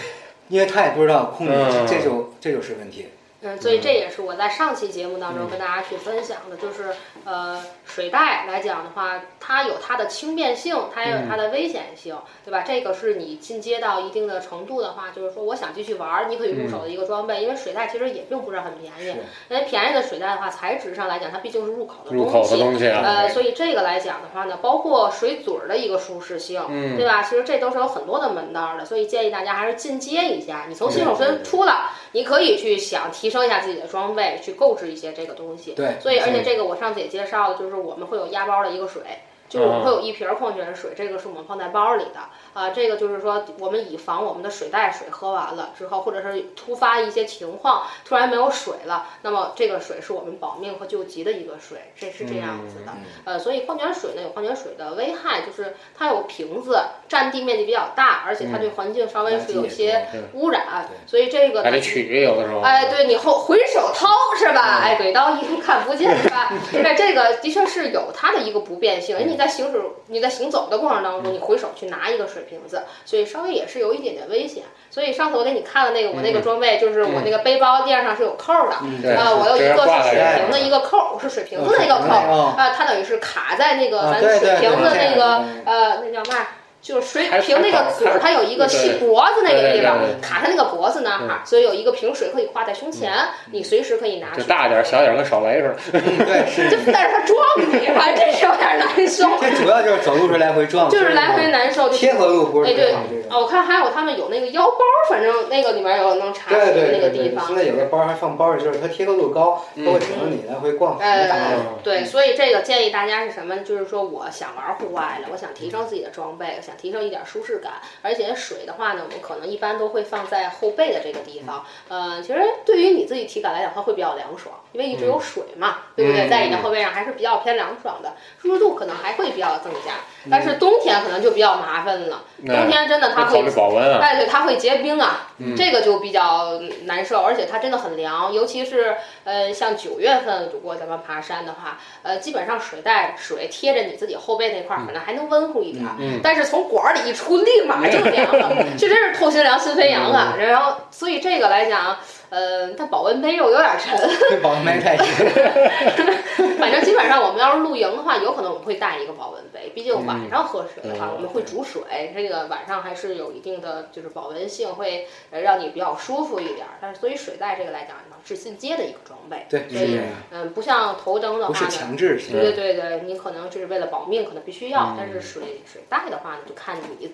因为他也不知道控制，嗯这就这就是问题。嗯，所以这也是我在上期节目当中跟大家去分享的，就是呃，水袋来讲的话，它有它的轻便性，它也有它的危险性，对吧？这个是你进阶到一定的程度的话，就是说我想继续玩儿，你可以入手的一个装备，因为水袋其实也并嗯不是很便宜是，因为便宜的水袋的话，材质上来讲，它毕竟是入口的入口的东西啊，呃，所以这个来讲的话呢，包括水嘴儿的一个舒适性，嗯对吧？其实这都是有很多的门道儿的，所以建议大家还是进阶一下。你从新手村出了，你可以去想提升一下自己的装备，去购置一些这个东西。对，所以，而且这个我上次也介绍了，就是我们会有压包的一个水。就是我们会有一瓶矿泉水，这个是我们放在包里的啊、这个就是说，我们以防我们的水袋水喝完了之后，或者是突发一些情况，突然没有水了，那么这个水是我们保命和救急的一个水，这是这样子的。呃，所以矿泉水呢有矿泉水的危害，就是它有瓶子，占地面积比较大，而且它对嗯环境稍微是有一些嗯污染，所以这个还呢得取有的时候，哎，对你后回手掏是吧？哎，鬼刀一看看不见是吧？那这个的确是有它的一个不便性，因为你在行驶、你在行走的过程当中，你回手去拿一个水瓶子，所以稍微也是有一点点危险。所以上次我给你看的那个我那个装备，就是我那个背包垫上是有扣儿的。嗯对啊，我有一直接个挂在是水这儿瓶的一个扣儿，是水瓶子的一个扣儿，哦啊，它等于是卡在那个啊咱对水对瓶子对那对个对呃，那叫嘛？就是水还瓶那还个好嘴儿，它有一个对系脖子那对个对地方对对，嗯卡在那个脖子那儿哈，所以有一个瓶水可以挂在胸前，嗯你随时可以拿就去。大点儿小点儿跟手雷似的，嗯对，是 就但是它撞你吧，这是有点难受， 这主要就是走路时候来回撞，就是来回难受。就贴合度不是哎对很好这种。哦，我看还有他们有那个腰包，反正那个里面有能查对询的那对个对对，地方现。在有的包还放包里，就是它贴合度高，它会整着你来回逛。呃嗯，对，所以这个建议大家是什么？就是说，我想玩户外了，我想提升自己的装备，想提升一点舒适感，而且水的话呢，我们可能一般都会放在后背的这个地方。嗯呃，其实对于你自己体感来讲，它会比较凉爽，因为一直嗯有水嘛，对不对？在你的后背上还是比较偏凉爽的，舒适度可能还会比较增加。嗯但是冬天可能就比较麻烦了，冬天真的它得会嗯考虑保温啊，哎，对，它会结冰啊，这个就比较难受，而且它真的很凉，尤其是呃，像九月份如果咱们爬山的话，呃，基本上水袋水贴着你自己后背那块儿，可能还能温乎一点儿，嗯但是从管儿里一出，立马就凉了， 这真是透心凉、心飞扬啊！然后，所以这个来讲，呃，但保温杯又有点沉，这保温杯太轻， 反正基本上我们要是露营的话，有可能我们会带一个保温杯，毕竟晚上喝水的话，嗯我们会煮水，这个晚上还是有一定的就是保温性，会呃让你比较舒服一点儿。但是所以水袋这个来讲呢，是进阶的一个装备，对，所以嗯，不像头灯的不话是呢。强制嗯性。对对对，你可能就是为了保命，可能必须要，但是水水袋的话呢，就看你，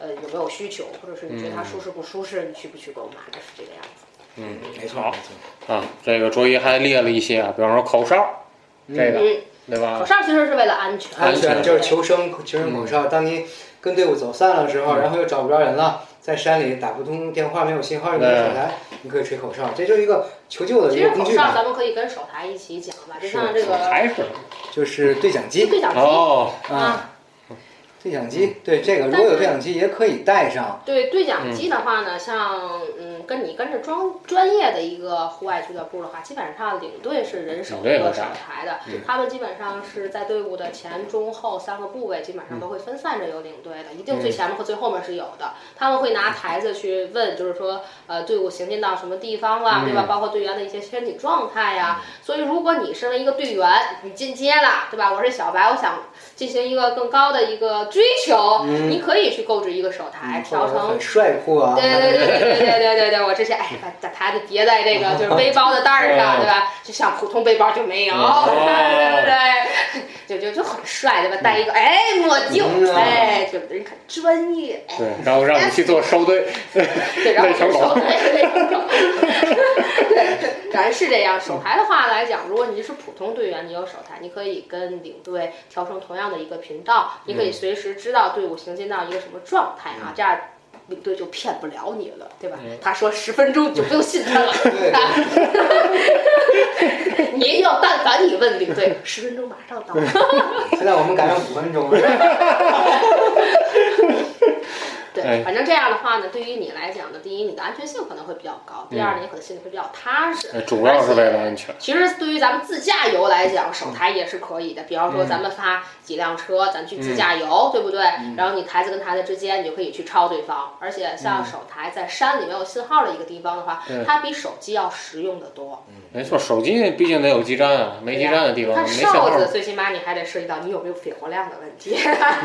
呃有没有需求，或者是你觉嗯得它舒适不舒适，你去不去购买，是这个样啊子。嗯没错好没错。哎啊，这个卓一还列了一些啊，比方说口哨，这个嗯，对口吧？哨其实是为了安全，安全全就是求生，求生口哨。当你跟队伍走散了之后，然后又找不着人了，在山里打不通电话，没有信号，又没有手台，你可以吹口哨，这就是一个求救的一其实个工口具哨吧，咱们可以跟手台一起讲吧，就是像这个还是就是对讲机对讲嗯机哦，啊。， 对讲机，对这个，如果有对讲机也可以带上。对对嗯讲机的话呢，像嗯，跟你跟着专专业的一个户外俱乐部的话，基本上领队是人手领一队个会手带台的，嗯他们基本上是在队伍的前、中、后三个部位，基嗯本上都会分散着有领队的，一定最前面和最后面是有的。他们会嗯拿牌子去问，就是说呃，队伍行进到什么地方啦，对吧？嗯包括队员的一些身体状态呀。所以如果你身为一个队员，你进阶了，对吧？我是小白，我想进行一个更高的一个追求，你可以去购置一个手台，嗯或调者成很帅酷啊，对对对对对对对对对，我之前哎把把牌子别在这个就是背包的袋儿上，对吧？就像普通背包就嗯 没有，哦对对对，就就就很帅，对吧？戴一个哎墨镜，嗯哎，就人很专业，哎，对，然后让我们去做收队，对，然后手对 对，反正是这样。手台的话来讲，如果你是普通队员，你有手台，你可以跟领队调成同样的一个频道，你嗯可以随时知道队伍行进到一个什么状态啊，这样。领队就骗不了你了，对吧？他说十分钟你就不用信他了。嗯对 你要但凡你问领队，十分钟马上到。现在我们赶上五分钟了。哎对，反正这样的话呢，对于你来讲呢，第一，你的安全性可能会比较高；第嗯二呢，你可能心里会比较踏实。呃主要是为了安全。其实对于咱们自驾游来嗯讲，手台也是可以的。比方说，咱们发几辆车，咱嗯去自驾游，对不对？然后你台子跟台子之间，你就可以去超对方。而且嗯像手台在山里没有信号的一个地方的话对，它比手机要实用得多。没错，手机毕竟得有基站啊，没基站的地方它嗯没信号哨。子最起码你还得涉及到你有没有肺活量的问题。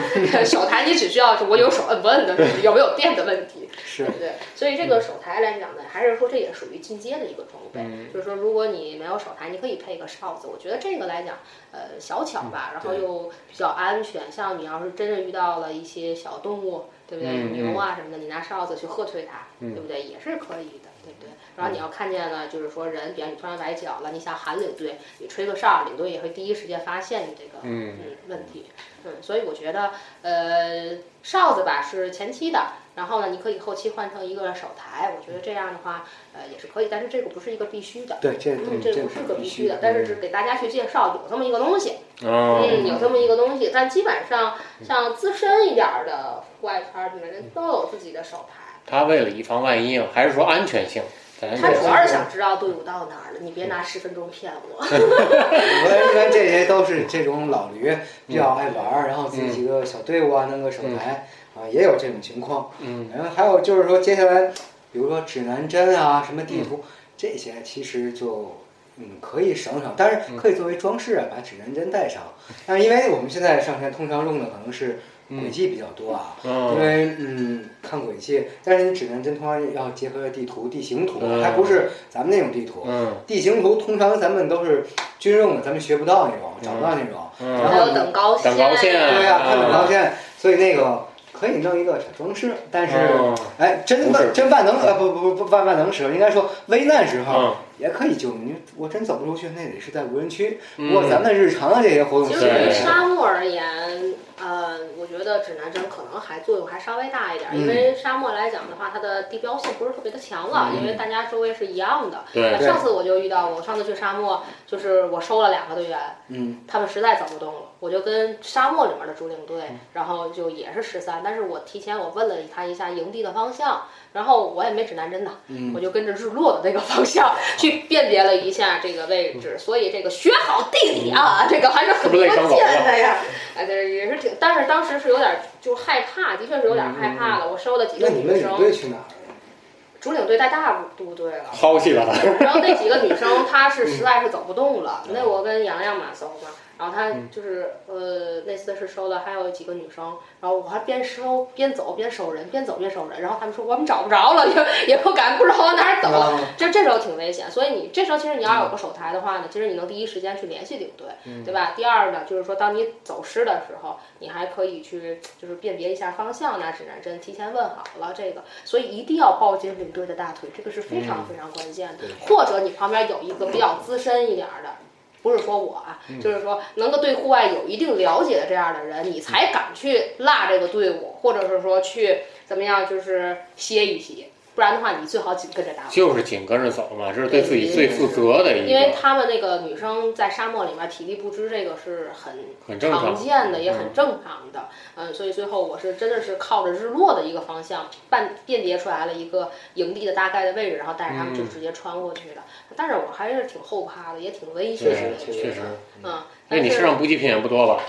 手台你只需要是我有手摁不摁的问题，有没有电的问题。是对不对？所以这个手台来讲呢，还是说这也属于进阶的一个装备。嗯就是说，如果你没有手台，你可以配一个哨子。我觉得这个来讲，呃，小巧吧，嗯然后又比较安全。像你要是真的遇到了一些小动物，对不对？嗯牛啊什么的，你拿哨子去喝退它，对不对？也是可以的，对不对？然嗯后你要看见了，就是说人，比方你突然崴脚了，你想喊领队，你吹个哨，领队也会第一时间发现你这个嗯问题。嗯，所以我觉得，呃，哨子吧是前期的，然后呢，你可以后期换成一个手台，我觉得这样的话，呃，也是可以，但是这个不是一个必须的。对，这嗯，对这这不是个必须的，嗯但是是给大家去介绍有这么一个东西，哦，嗯，有这么一个东西，但基本上像资深一点儿的户外圈儿里面人都有自己的手牌，他为了以防万一啊，还是说安全性？咱他这主哎要是想知道队伍到哪儿了，你别拿十分钟骗我。 我们一般这些都是这种老驴比较爱玩儿，然后自己嗯几个小队伍啊，弄个手台啊，也有这种情况。嗯，然后还有就是说，接下来比如说指南针啊，什么嗯地图这些，其实就嗯可以省省，但嗯是可以作为装饰啊，把指南针带上。但是因为我们现在上山通常用的可能是轨迹比较多啊，因嗯，为嗯看轨迹，但是你指南针通常要结合地图、地形图嗯，还不是咱们那种地图。嗯，地形图通常咱们都是军用的，咱们学不到那种，找不到那种。嗯然还后你有哦等高线，等高线对呀、啊看等高线，所以那个可以弄一个小装饰，但是嗯哎，真不是万真万能呃不不不万万能时候，应该说危难时嗯候啊也可以救你。我真走不出去，那得是在无人区。嗯不过咱们日常的这些活动其是实对对于没有的，沙漠而言，呃，我觉得指南针可能还作用还稍微大一点，因嗯为沙漠来讲的话，它的地标性不是特别的强了，因为大家周围是一样的。对呃上次我就遇到过，我上次去沙漠，就是我收了两个队员，嗯，他们实在走不动了，我就跟沙漠里面的主领队，嗯然后就也是十三，但是我提前我问了他一下营地的方向，然后我也没指南针呐，嗯我就跟着日落的那个方向去辨别了一下这个位嗯置，所以这个学好地理啊，这个还是很关键啊的呀。哎，对，也是挺，但是当时是有点就害怕，的确是有点害怕了。我收了几嗯那个你们女领队生，去哪儿了？主领队带大部队了，抛弃了他。然后那几个 女生，她是实在是走不动了。嗯那我跟洋洋马搜嘛，然后她就是呃，那次是收了还有几个女生，然后我还边收边走边收人，边走边收人。然后他们说我们找不着了，也也不敢不知道往哪儿走嗯，这这时候挺危险。所以你这时候其实你要有个手台的话呢，其实你能第一时间去联系领队，对吧？第二呢，就是说当你走失的时候，你还可以去就是辨别一下方向，拿指南针提前问好了这个。所以一定要抱紧领队的大腿，这个是非常非常关键的。或者你旁边有一个比较资深一点儿的，不是说我啊，就是说能够对户外有一定了解的这样的人，你才敢去落这个队伍，或者是说去怎么样，就是歇一歇，不然的话你最好紧跟着大伙。就是紧跟着走嘛，这是对自己最负责的一因为个，他们那个女生在沙漠里面体力不支，这个是很很正常常。见的，也很正常的。嗯，所以最后我是真的是靠着日落的一个方向辨辨别出来了一个营地的大概的位置，然后带着他们嗯就直接穿过去的。但是我还是挺后怕的，也挺危险对的，。其确实实。嗯，那但你身是上补给品也不多吧？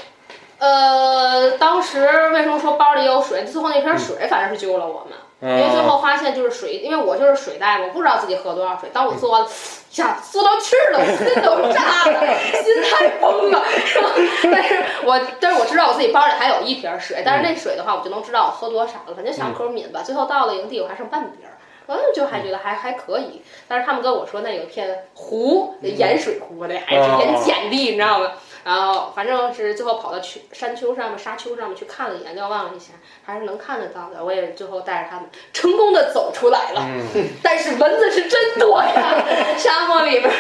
呃，当时为什么说包里有水？最后那瓶水反正是救了我们。因为最嗯，后发现就是水，因为我就是水袋嘛，我不知道自己喝多少水。当我做完，一下做到气儿了，我心都炸了，心态崩了。 但是我但是我知道我自己包里还有一瓶水，但是那水的话，我就能知道我喝多少了，反正小口抿吧。最后到了营地，我还剩半瓶儿。我就还觉得还还可以，但是他们跟我说那有一片湖，盐水湖那还是盐碱地，你知道吗？然后反正是最后跑到去山丘上面、沙丘上面去看了一眼，瞭望了一下，还是能看得到的。我也最后带着他们成功的走出来了。嗯但是蚊子是真多呀， 沙漠里边儿，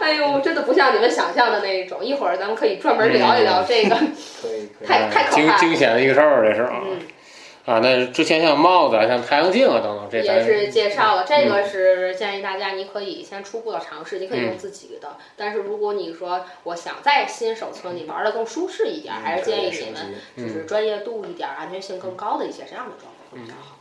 哎呦，真的不像你们想象的那一种。一会儿咱们可以专门聊嗯一聊这个，可以可以。太太可惊怕了。惊险的一个事儿，这是啊。嗯，啊，那之前像帽子啊，像太阳镜啊等等，这也咱嗯是介绍了，这个是建议大家，你可以先初步的尝试，你可以用自己嗯的。但是如果你说我想在新手村里嗯啊玩的更舒适一点，还是建议你们就是专业度一点、安全性更高的一些这样的装备。嗯会比较好。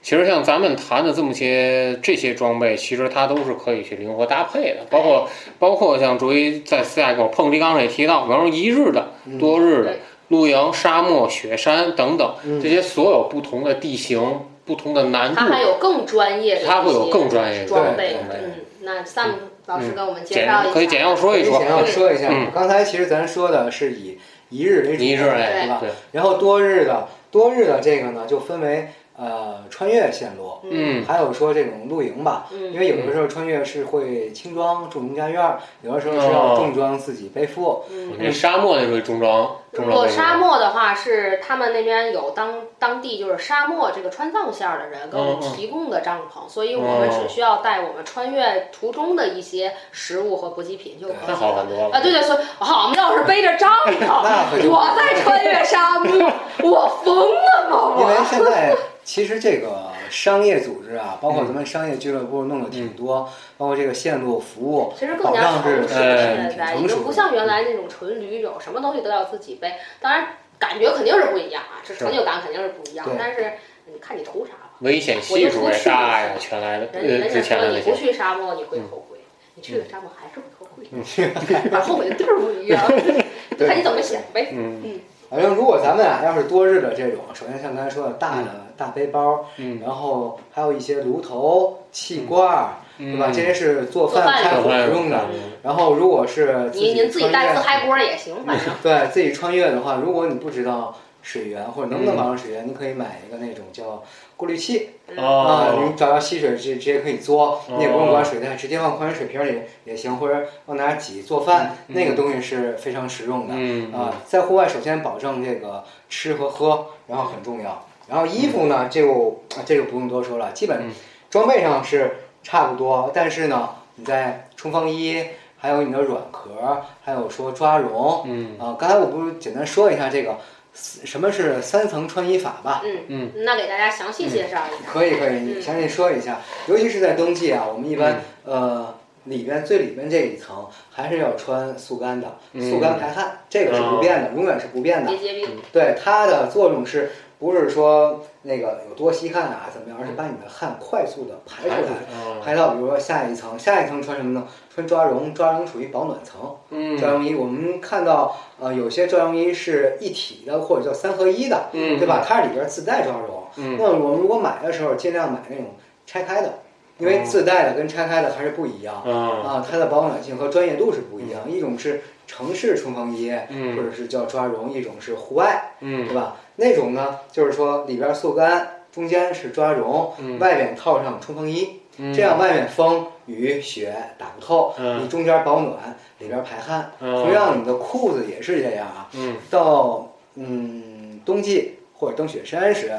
其实像咱们谈的这么些这些装备，其实它都是可以去灵活搭配的，包括包括像卓一在私下跟我碰壁，刚才也提到，比方说一日的、多日的嗯对、露营、沙漠、雪山等等嗯这些所有不同的地形、不同的难度它，还有更专业的一些它会有更专业的装备对。更专业嗯，那 Sam 老师给我们介简绍一下，可以简要说一说我，想要说一下嗯，刚才其实咱说的是以一日为主，一日对哎吧，？对，然后多日的多日的这个呢，就分为呃穿越线路，嗯还有说这种露营吧。因嗯，为有的时候穿越是会轻装住农家院儿，有的时候是哦要重装自己背负。嗯。这沙漠那属于中装，如中装果那种沙漠的话，是他们那边有当当地就是沙漠这个川藏线儿的人给我嗯们嗯提供的帐篷，所以我哦们只需要带我们穿越途中的一些食物和补给品就可以那好了很。多了啊，对对，所以我们要是背着帐 那可篷，就我在穿越沙 漠，我疯了吗？因为我现 在其实这个商业组织啊，包括嗯咱们商业俱乐部弄的挺多，包括这个线路服务其实更保加障成熟是哎了，哎挺现挺在成熟已经的嗯不像原来那种纯驴友，什么东西都要自己背。当然，感觉肯定是不一样啊，这成就感肯定是不一样对。但是你看你图啥吧，危险系数也大呀，全来的人呃人之家前说的那你不些，去沙漠你会后悔，你去了沙漠还是会后悔，嗯 反正后悔的地儿不一样， 就看你怎么想呗。嗯反正如果咱们俩要是多日的这种，首先像刚才说的大的、大背包，嗯然后还有一些炉头、气罐儿，对吧？这些是做做饭饭开用火的用的。嗯然后如果是 您您自己穿带越自嗨锅也行，反正对自己穿越的话，如果你不知道水源或者能不能搞上水源，你可以买一个那种叫过滤器啊、哦你找到溪水直直接可以嘬，你也不用哦管水袋，直接往矿泉水瓶里也行，或者往哪挤做饭，嗯那个东西是非常实用的。嗯啊、在户外首先保证这个吃和喝，然后很重要。然后衣服呢，这就啊这就不用多说了，基本嗯装备上是差不多，但是呢，你在冲锋衣，还有你的软壳，还有说抓绒，嗯啊、刚才我不是简单说一下这个什么是三层穿衣法吧？ 嗯嗯，那给大家详细介绍一下。可以可以，你嗯详细说一下，尤其是在冬季啊，我们一般、呃里边最里边这一层还是要穿速干的，速干排汗，这个是不变的，永远是不变的别。结冰，对它的作用是不是说那个有多吸汗啊怎么样，而是把你的汗快速的排出还是来，啊排到比如说下一层，下一层穿什么呢？穿抓绒，抓绒属于保暖层。嗯抓绒衣我们看到呃有些抓绒衣是一体的或者叫三合一的，嗯对吧？它里边自带抓绒。嗯那我们如果买的时候尽量买那种拆开的，因为哦自带的跟拆开的还是不一样。啊啊，它的保暖性和专业度是不一样，一种是城市冲锋衣，嗯或者是叫抓绒，一种是户外。嗯对吧？那种呢，就是说里边速干，中间是抓绒，嗯外边套上冲锋衣，嗯这样外面风雨雪打不透，嗯你中间保暖，里边排汗。嗯同样，你的裤子也是这样啊。嗯到嗯冬季或者登雪山时，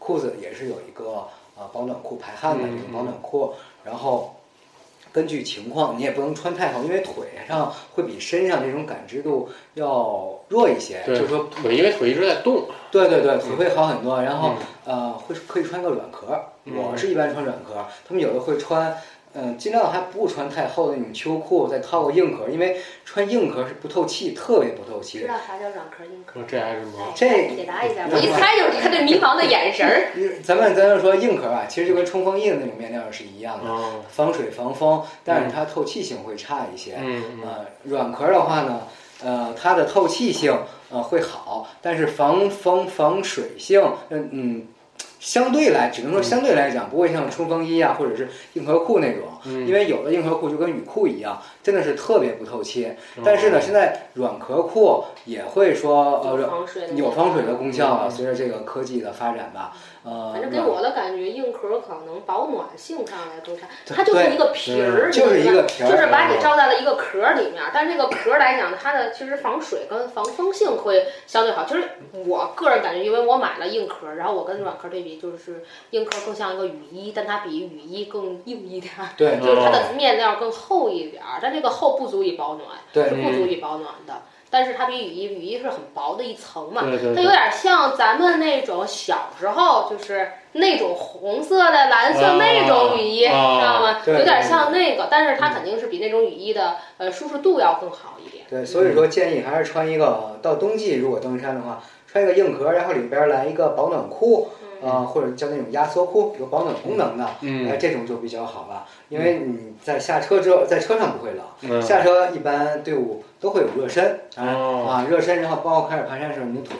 裤子也是有一个啊保暖裤排汗的这嗯种保暖裤，然后。根据情况，你也不能穿太厚，因为腿上会比身上这种感知度要弱一些。就对，是说腿，因为腿一直在动，对对对，腿会好很多。然后、呃，会可以穿个软壳儿，我是一般穿软壳儿，他们有的会穿。嗯，尽量还不穿太厚的那种秋裤，再套个硬壳儿，因为穿硬壳儿是不透气，特别不透知气。道啥叫软壳硬壳？这还是什哎么？这嗯解答一下吧，我一猜就是你看这迷茫的眼神儿。因为咱们咱就说硬壳儿啊，其实就跟冲锋衣的那种面料是一样的，啊防水防风，但是它透气性会差一些。嗯嗯呃，软壳儿的话呢，呃，它的透气性呃会好，但是防风防水性，嗯嗯，相对来只能说相对来讲，不会像冲锋衣啊或者是硬壳裤那种，因为有的硬壳裤就跟雨裤一样，真的是特别不透气。但是呢，现在软壳裤也会说呃软防水的那有种防水的功效啊，随着这个科技的发展吧，呃，反正给软我的感觉，硬壳可能保暖性上来更差，对它就是一个皮对儿，就是一个皮儿就是把你罩在了一个壳儿里面。但这个壳儿来讲，它的其实防水跟防风性会相对好。就是我个人感觉，因为我买了硬壳，然后我跟软壳对比，就是硬壳更像一个雨衣，但它比雨衣更硬一点儿， 对就是它的面料更厚一点儿，但这个厚不足以保暖，对是不足以保暖的。但是它比雨衣，雨衣是很薄的一层嘛，对对它有点像咱们那种小时候，就是那种红色的、蓝色那种雨衣，啊知道吗？对有点像那个，但是它肯定是比那种雨衣的呃舒适度要更好一点。对，所以说建议还是穿一个到冬季如果登山的话，穿一个硬壳，然后里边来一个保暖裤，啊、呃，或者叫那种压缩裤，有保暖功能的，嗯哎，这种就比较好了，因为你在下车之后，在车上不会冷，嗯下车一般队伍都会有热身，当然、哦啊，热身，然后包括开始爬山的时候，你的腿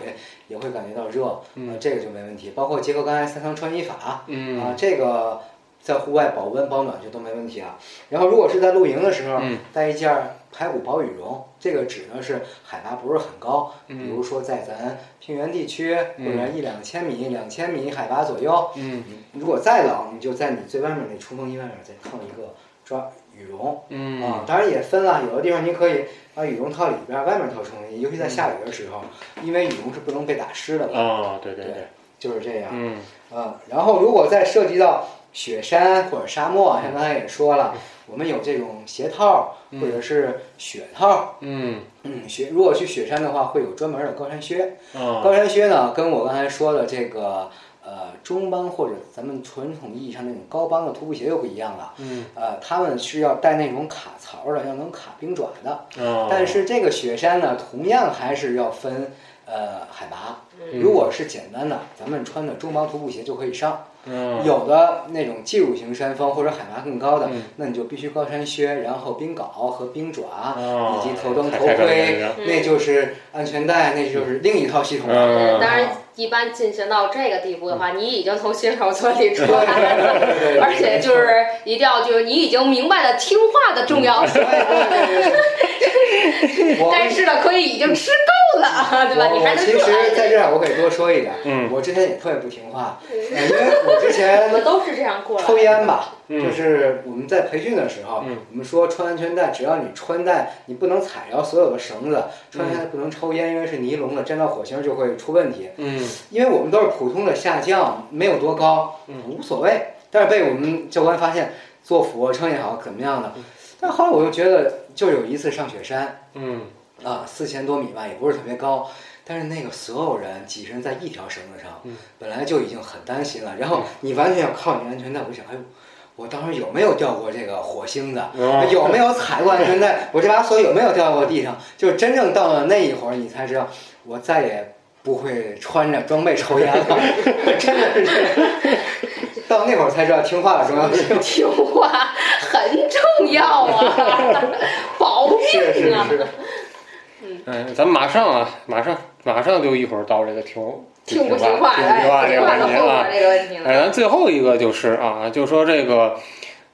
也会感觉到热，嗯呃这个就没问题。包括结合刚才三仓穿衣法，嗯啊，这个在户外保温保暖就都没问题啊。然后如果是在露营的时候，嗯带一件儿排骨薄羽绒，这个指呢是海拔不是很高，嗯比如说在咱平原地区或者一两千米、两千米海拔左右，嗯如果再冷，你就在你最外面那冲锋衣外面再套一个抓羽绒。啊嗯，当然也分了，有的地方你可以把羽绒套里边儿，外面套冲锋衣，尤嗯其在下雨的时候，因为羽绒是不能被打湿的嘛，啊，对对对，就是这样。嗯啊，然后如果再涉及到雪山或者沙漠嗯啊，像刚才也说了，我们有这种鞋套或者是雪套。嗯嗯，雪如果去雪山的话，会有专门的高山靴。啊高山靴呢，跟我刚才说的这个呃中帮或者咱们传统意义上那种高帮的徒步鞋又不一样了。嗯呃，他们是要带那种卡槽的，要能卡冰爪的。啊，但是这个雪山呢，同样还是要分呃海拔。如果是简单的，咱们穿的中帮徒步鞋就可以上。嗯有的那种技术型山峰或者海拔更高的，嗯那你就必须高山靴，然后冰镐和冰爪，哦以及头灯、太头太专业盔了，嗯那就是安全带，那就是另一套系统了。嗯，嗯，当然，一般进行到这个地步的话，你已经从新手村里出来了，对对 而且就是一定要就是你已经明白了听话的重要嗯性，哎对我但是呢，可以已经吃够了，对吧？我你还我嗯能哦其热实爱。在这儿我可以多说一点，嗯我之前也特别不听 话，呃因为我之前我们都是这样过来抽的。烟吧， 嗯就是我们在培训的时候，嗯我们说穿安全带，只要你穿戴，你不能踩着所有的绳子，穿安全带不能抽烟，因为是尼龙的，沾到火星就会出问题。嗯因为我们都是普通的下降，没有多高，无所谓。但是被我们教官发现做俯卧撑也好，怎么样的。但后来我又觉得，就有一次上雪山嗯啊，四千多米吧，也不是特别高。但是那个所有人挤身在一条绳子上，本来就已经很担心了。然后你完全要靠你安全带，我就想，哎呦，我当时有没有掉过这个火星子？哦有没有踩过安全带？我这把锁有没有掉过地上？就真正到了那一会儿，你才知道，我再也不会穿着装备抽烟了。 真的是这 样，到那会儿才知道听话的重要性。听话很重要 啊，保 是是命啊！是，嗯，咱们马上啊，马上马上就一会儿到这个听听不听听话，听不听话哎，这听个话环的后节啊果。这个问题哎，了。咱最后一个就是啊，就说这个，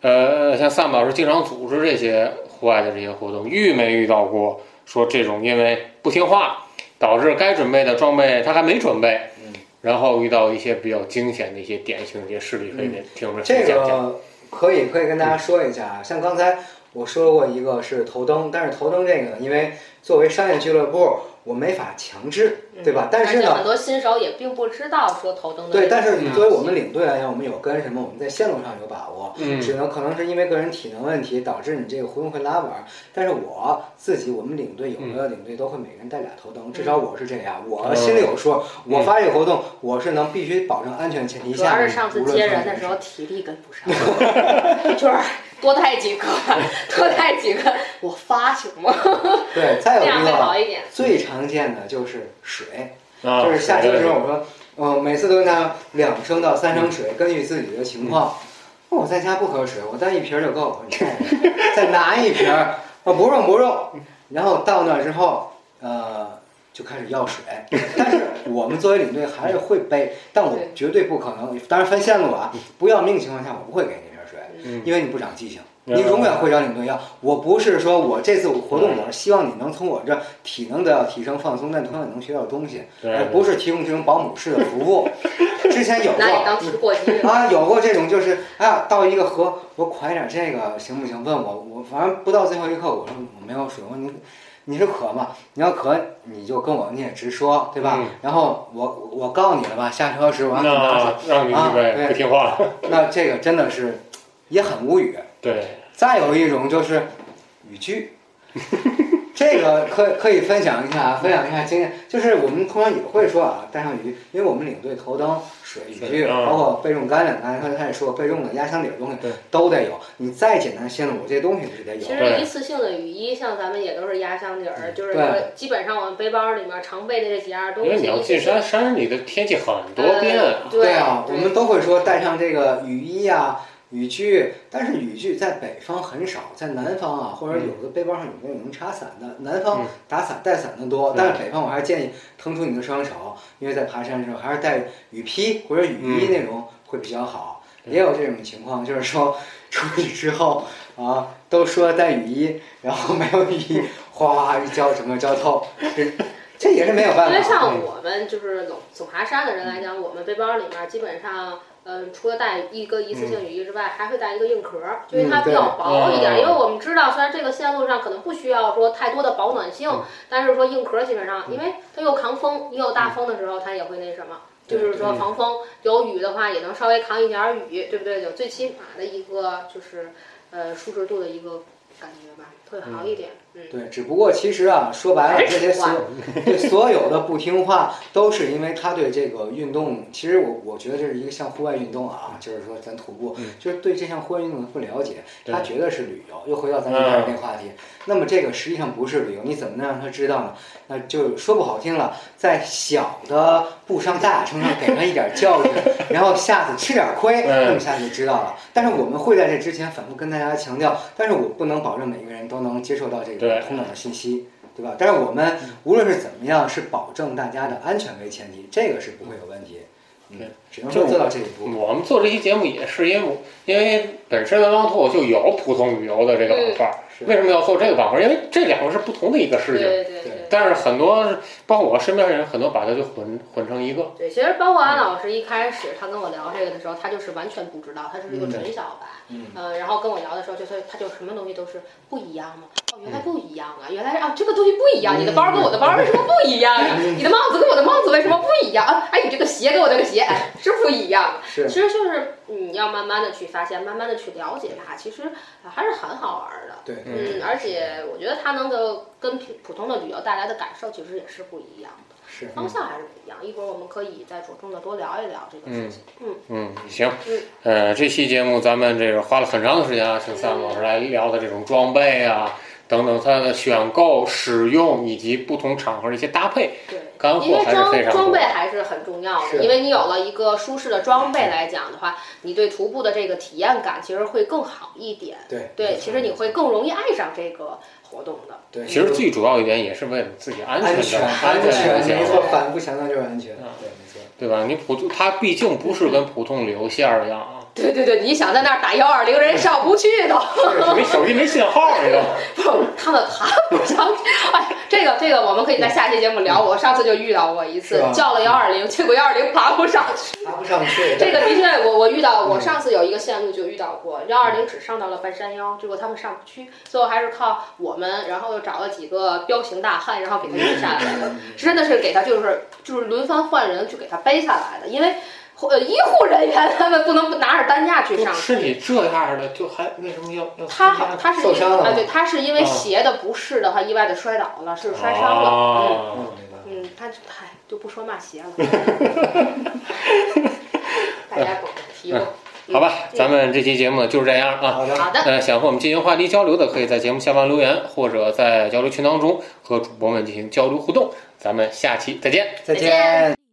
呃，像萨姆老师经常组织这些户外的这些活动，遇没遇到过说这种因为不听话，导致该准备的装备他还没准备，嗯然后遇到一些比较惊险的一些典型的一些事例，可以给听众们嗯这啊讲讲。嗯个可以可以跟大家说一下啊。像刚才我说过一个是头灯，但是头灯这个呢，因为作为商业俱乐部，我没法强制，嗯对吧？但是而且呢，很多新手也并不知道说头灯的对，问题但啊。是作为我们领队来讲，我们有跟什么？我们在线路上有把握，嗯只能可能是因为个人体能问题导致你这个回魂会拉碗儿。但是我自己，我们领队有嗯的领队都会每个人带俩头嗯灯，至少我是这样，哦我心里有数。嗯我发这个活动，我是能必须保证安全前提主下，要是上次无论接穿人什么的时候体力跟 不上，就是多带几个，多带几个，我发行吗？对，再有这样一会好个啊一点。最常见的就是水，啊，就是下车的时候，我说，嗯、每次都跟他两升到三升嗯水，根据自己的情况。那我在家不喝水，我带一瓶儿就够了，你带着 再拿一瓶儿，我不用不用。然后到那儿之后，呃，就开始要 水。但是我们作为领队还是会背，但我对绝对不可能，当然分线路啊，不要命的情况下，我不会给你这瓶水。嗯因为你不长记性，嗯你永远会找领队要。我不是说我这次活动，我是希望你能从我这儿体能得到提升、放松，但同样也能学到东西，对而不是提供这种保姆式的服 务。之前有啊拿你过当吃过鸡 了。啊，有过这种就是啊，到一个河，我快点这个行不行？问我，我反正不到最后一刻，我说我没有水，我说你。你是渴吗？你要渴，你就跟我，你也直说，对吧？嗯然后我我告你了吧，下车时我让你拿水那让你预啊备不听话，那这个真的是也很无语。对，再有一种就是语句， 这个可以可以分享一下，啊嗯分享一下经验。就是我们通常也会说啊，带上鱼，因为我们领队头灯、水、雨具，嗯包括备用干粮，刚才他也说备用的压箱底儿的东西对都得有。你再简单线路，我这些东西是得有嗯其。实对一次性的雨衣，像咱们也都是压箱底儿，就是对说基本上我们背包里面常备的这几样东因为你西，要一次进性山，山里的天气很多变呃啊，对啊，我对们都会说带上这个雨衣啊、雨具，但是雨具在北方很少，在南方啊，或者嗯有的背包上有那种能插伞的，南方嗯打伞带伞的多，嗯但是北方我还是建议腾出你的双手，因为在爬山的时候还是带雨披或者雨衣那种会比较好。嗯对也有这种情况，就是说出去之后啊，都说带雨衣，然后没有雨衣，哗哗一浇整个浇透，这这也是没有办因为法。像我们就是总总爬山的人来讲，我们背包里面基本上，嗯、除了带一个一次性雨衣之外，还会带一个硬壳嗯儿，就因为它比较薄一点。嗯对因为我们知道，虽然这个线路上可能不需要说太多的保暖性，嗯但是说硬壳儿基本嗯上，因为它又抗风，也有大风的时候，它也会那什么。嗯就是说防风，有雨的话也能稍微扛一点儿雨，对不对？有最起码的一个就是，呃，舒适度的一个感觉吧，会好一点。嗯，对，只不过其实啊，说白了，还这些是喜所欢有 对所有的不听话，都是因为他对这个运动，其实我我觉得这是一个像户外运动啊，就是说咱徒步，就是对这项户外运动的不了解，对他觉得是旅游。又回到咱嗯们开始那话题，那么这个实际上不是旅游，你怎么能让他知道呢？那就说不好听了，在小的不上大雅程上给他一点 教育，然后下次吃点亏，嗯那么下次就知道了。但是我们会在这之前反复跟大家强调，但是我不能保证每个人都能接受到这个对通常的信息。对吧？但是我们无论是怎么样，是保证大家的安全为前提，这个是不会有问题。嗯对，只能说做到这一步。我们做这期节目也是因为我，因为本身南方脱口秀有普通旅游的这个板块儿，是为什么要做这个板块儿？因为这两个是不同的一个事对情。对对对但是很多，包括我身边的人，很多把它就混混成一个。对，其实包括安老师一开始他跟我聊这个的时候，他就是完全不知道，他是一个纯小白。嗯呃，然后跟我聊的时候，就是他就什么东西都是不一样嘛。哦，原来不一样啊！原来啊，这个东西不一样，你的包跟我的包为什么不一样啊？ 你的帽子跟我的帽子为什么不一样啊？哎，你这个鞋跟我这个鞋哎是不一样。是其实就是你要慢慢的去发现，慢慢的去了解它，其实啊还是很好玩的。对，嗯，而且我觉得它能够跟普普通的旅游带来的感受其实也是不一样的。是。方向还是不一样。一会儿我们可以再着重的多聊一聊这个事情。嗯，嗯，行嗯，呃，这期节目咱们这个花了很长的时间啊，请萨姆老师来聊的这种装备啊，等等它的选购、使用以及不同场合的一些搭配。对。干因货为还是非装常装多备。还是很重要是的，因为你有了一个舒适的装备来讲的话，你对徒步的这个体验感其实会更好一点。对对，其实你会更容易爱上这个活动的。对，其实最主要一点也是为了自己安安全全，的安安全全，的没想错法，，反复强调就是安全。对，嗯没错。对吧？你普通，它毕竟不是跟普通旅游线儿一样 啊，对对对，你想在那儿打幺二零，人上不去的。你手机没信号儿，你都。不，他们爬不上去。哎，这个这个，我们可以在下期节目聊。我上次就遇到过一次是吧，叫了幺二零，结果幺二零爬不上去。爬不上去。 这个的确，我我遇到，嗯我上次有一个线路就遇到过，幺二零只上到了半山腰，结果他们上不去，最后还是靠我们，然后又找了几个彪形大汉，然后给他运下 来的，真的是给他就是就是轮番换人去给他背下来的，因为呃医护人员他们不能拿着担架去上身体这样的，就还为什么要要他好，他是因受伤了吗啊，对，他是因为啊鞋的不适的话，意外的摔倒了，是摔伤了。嗯啊，嗯，明白嗯，他哎，就不说骂 鞋了。大家狗提 我。好吧，咱们这期节目就是这样啊。好的，嗯好的，呃，想和我们进行话题交流的，可以在节目下方留言，或者在交流群当中和主播们进行交流互动。咱们下期再见。再再见见。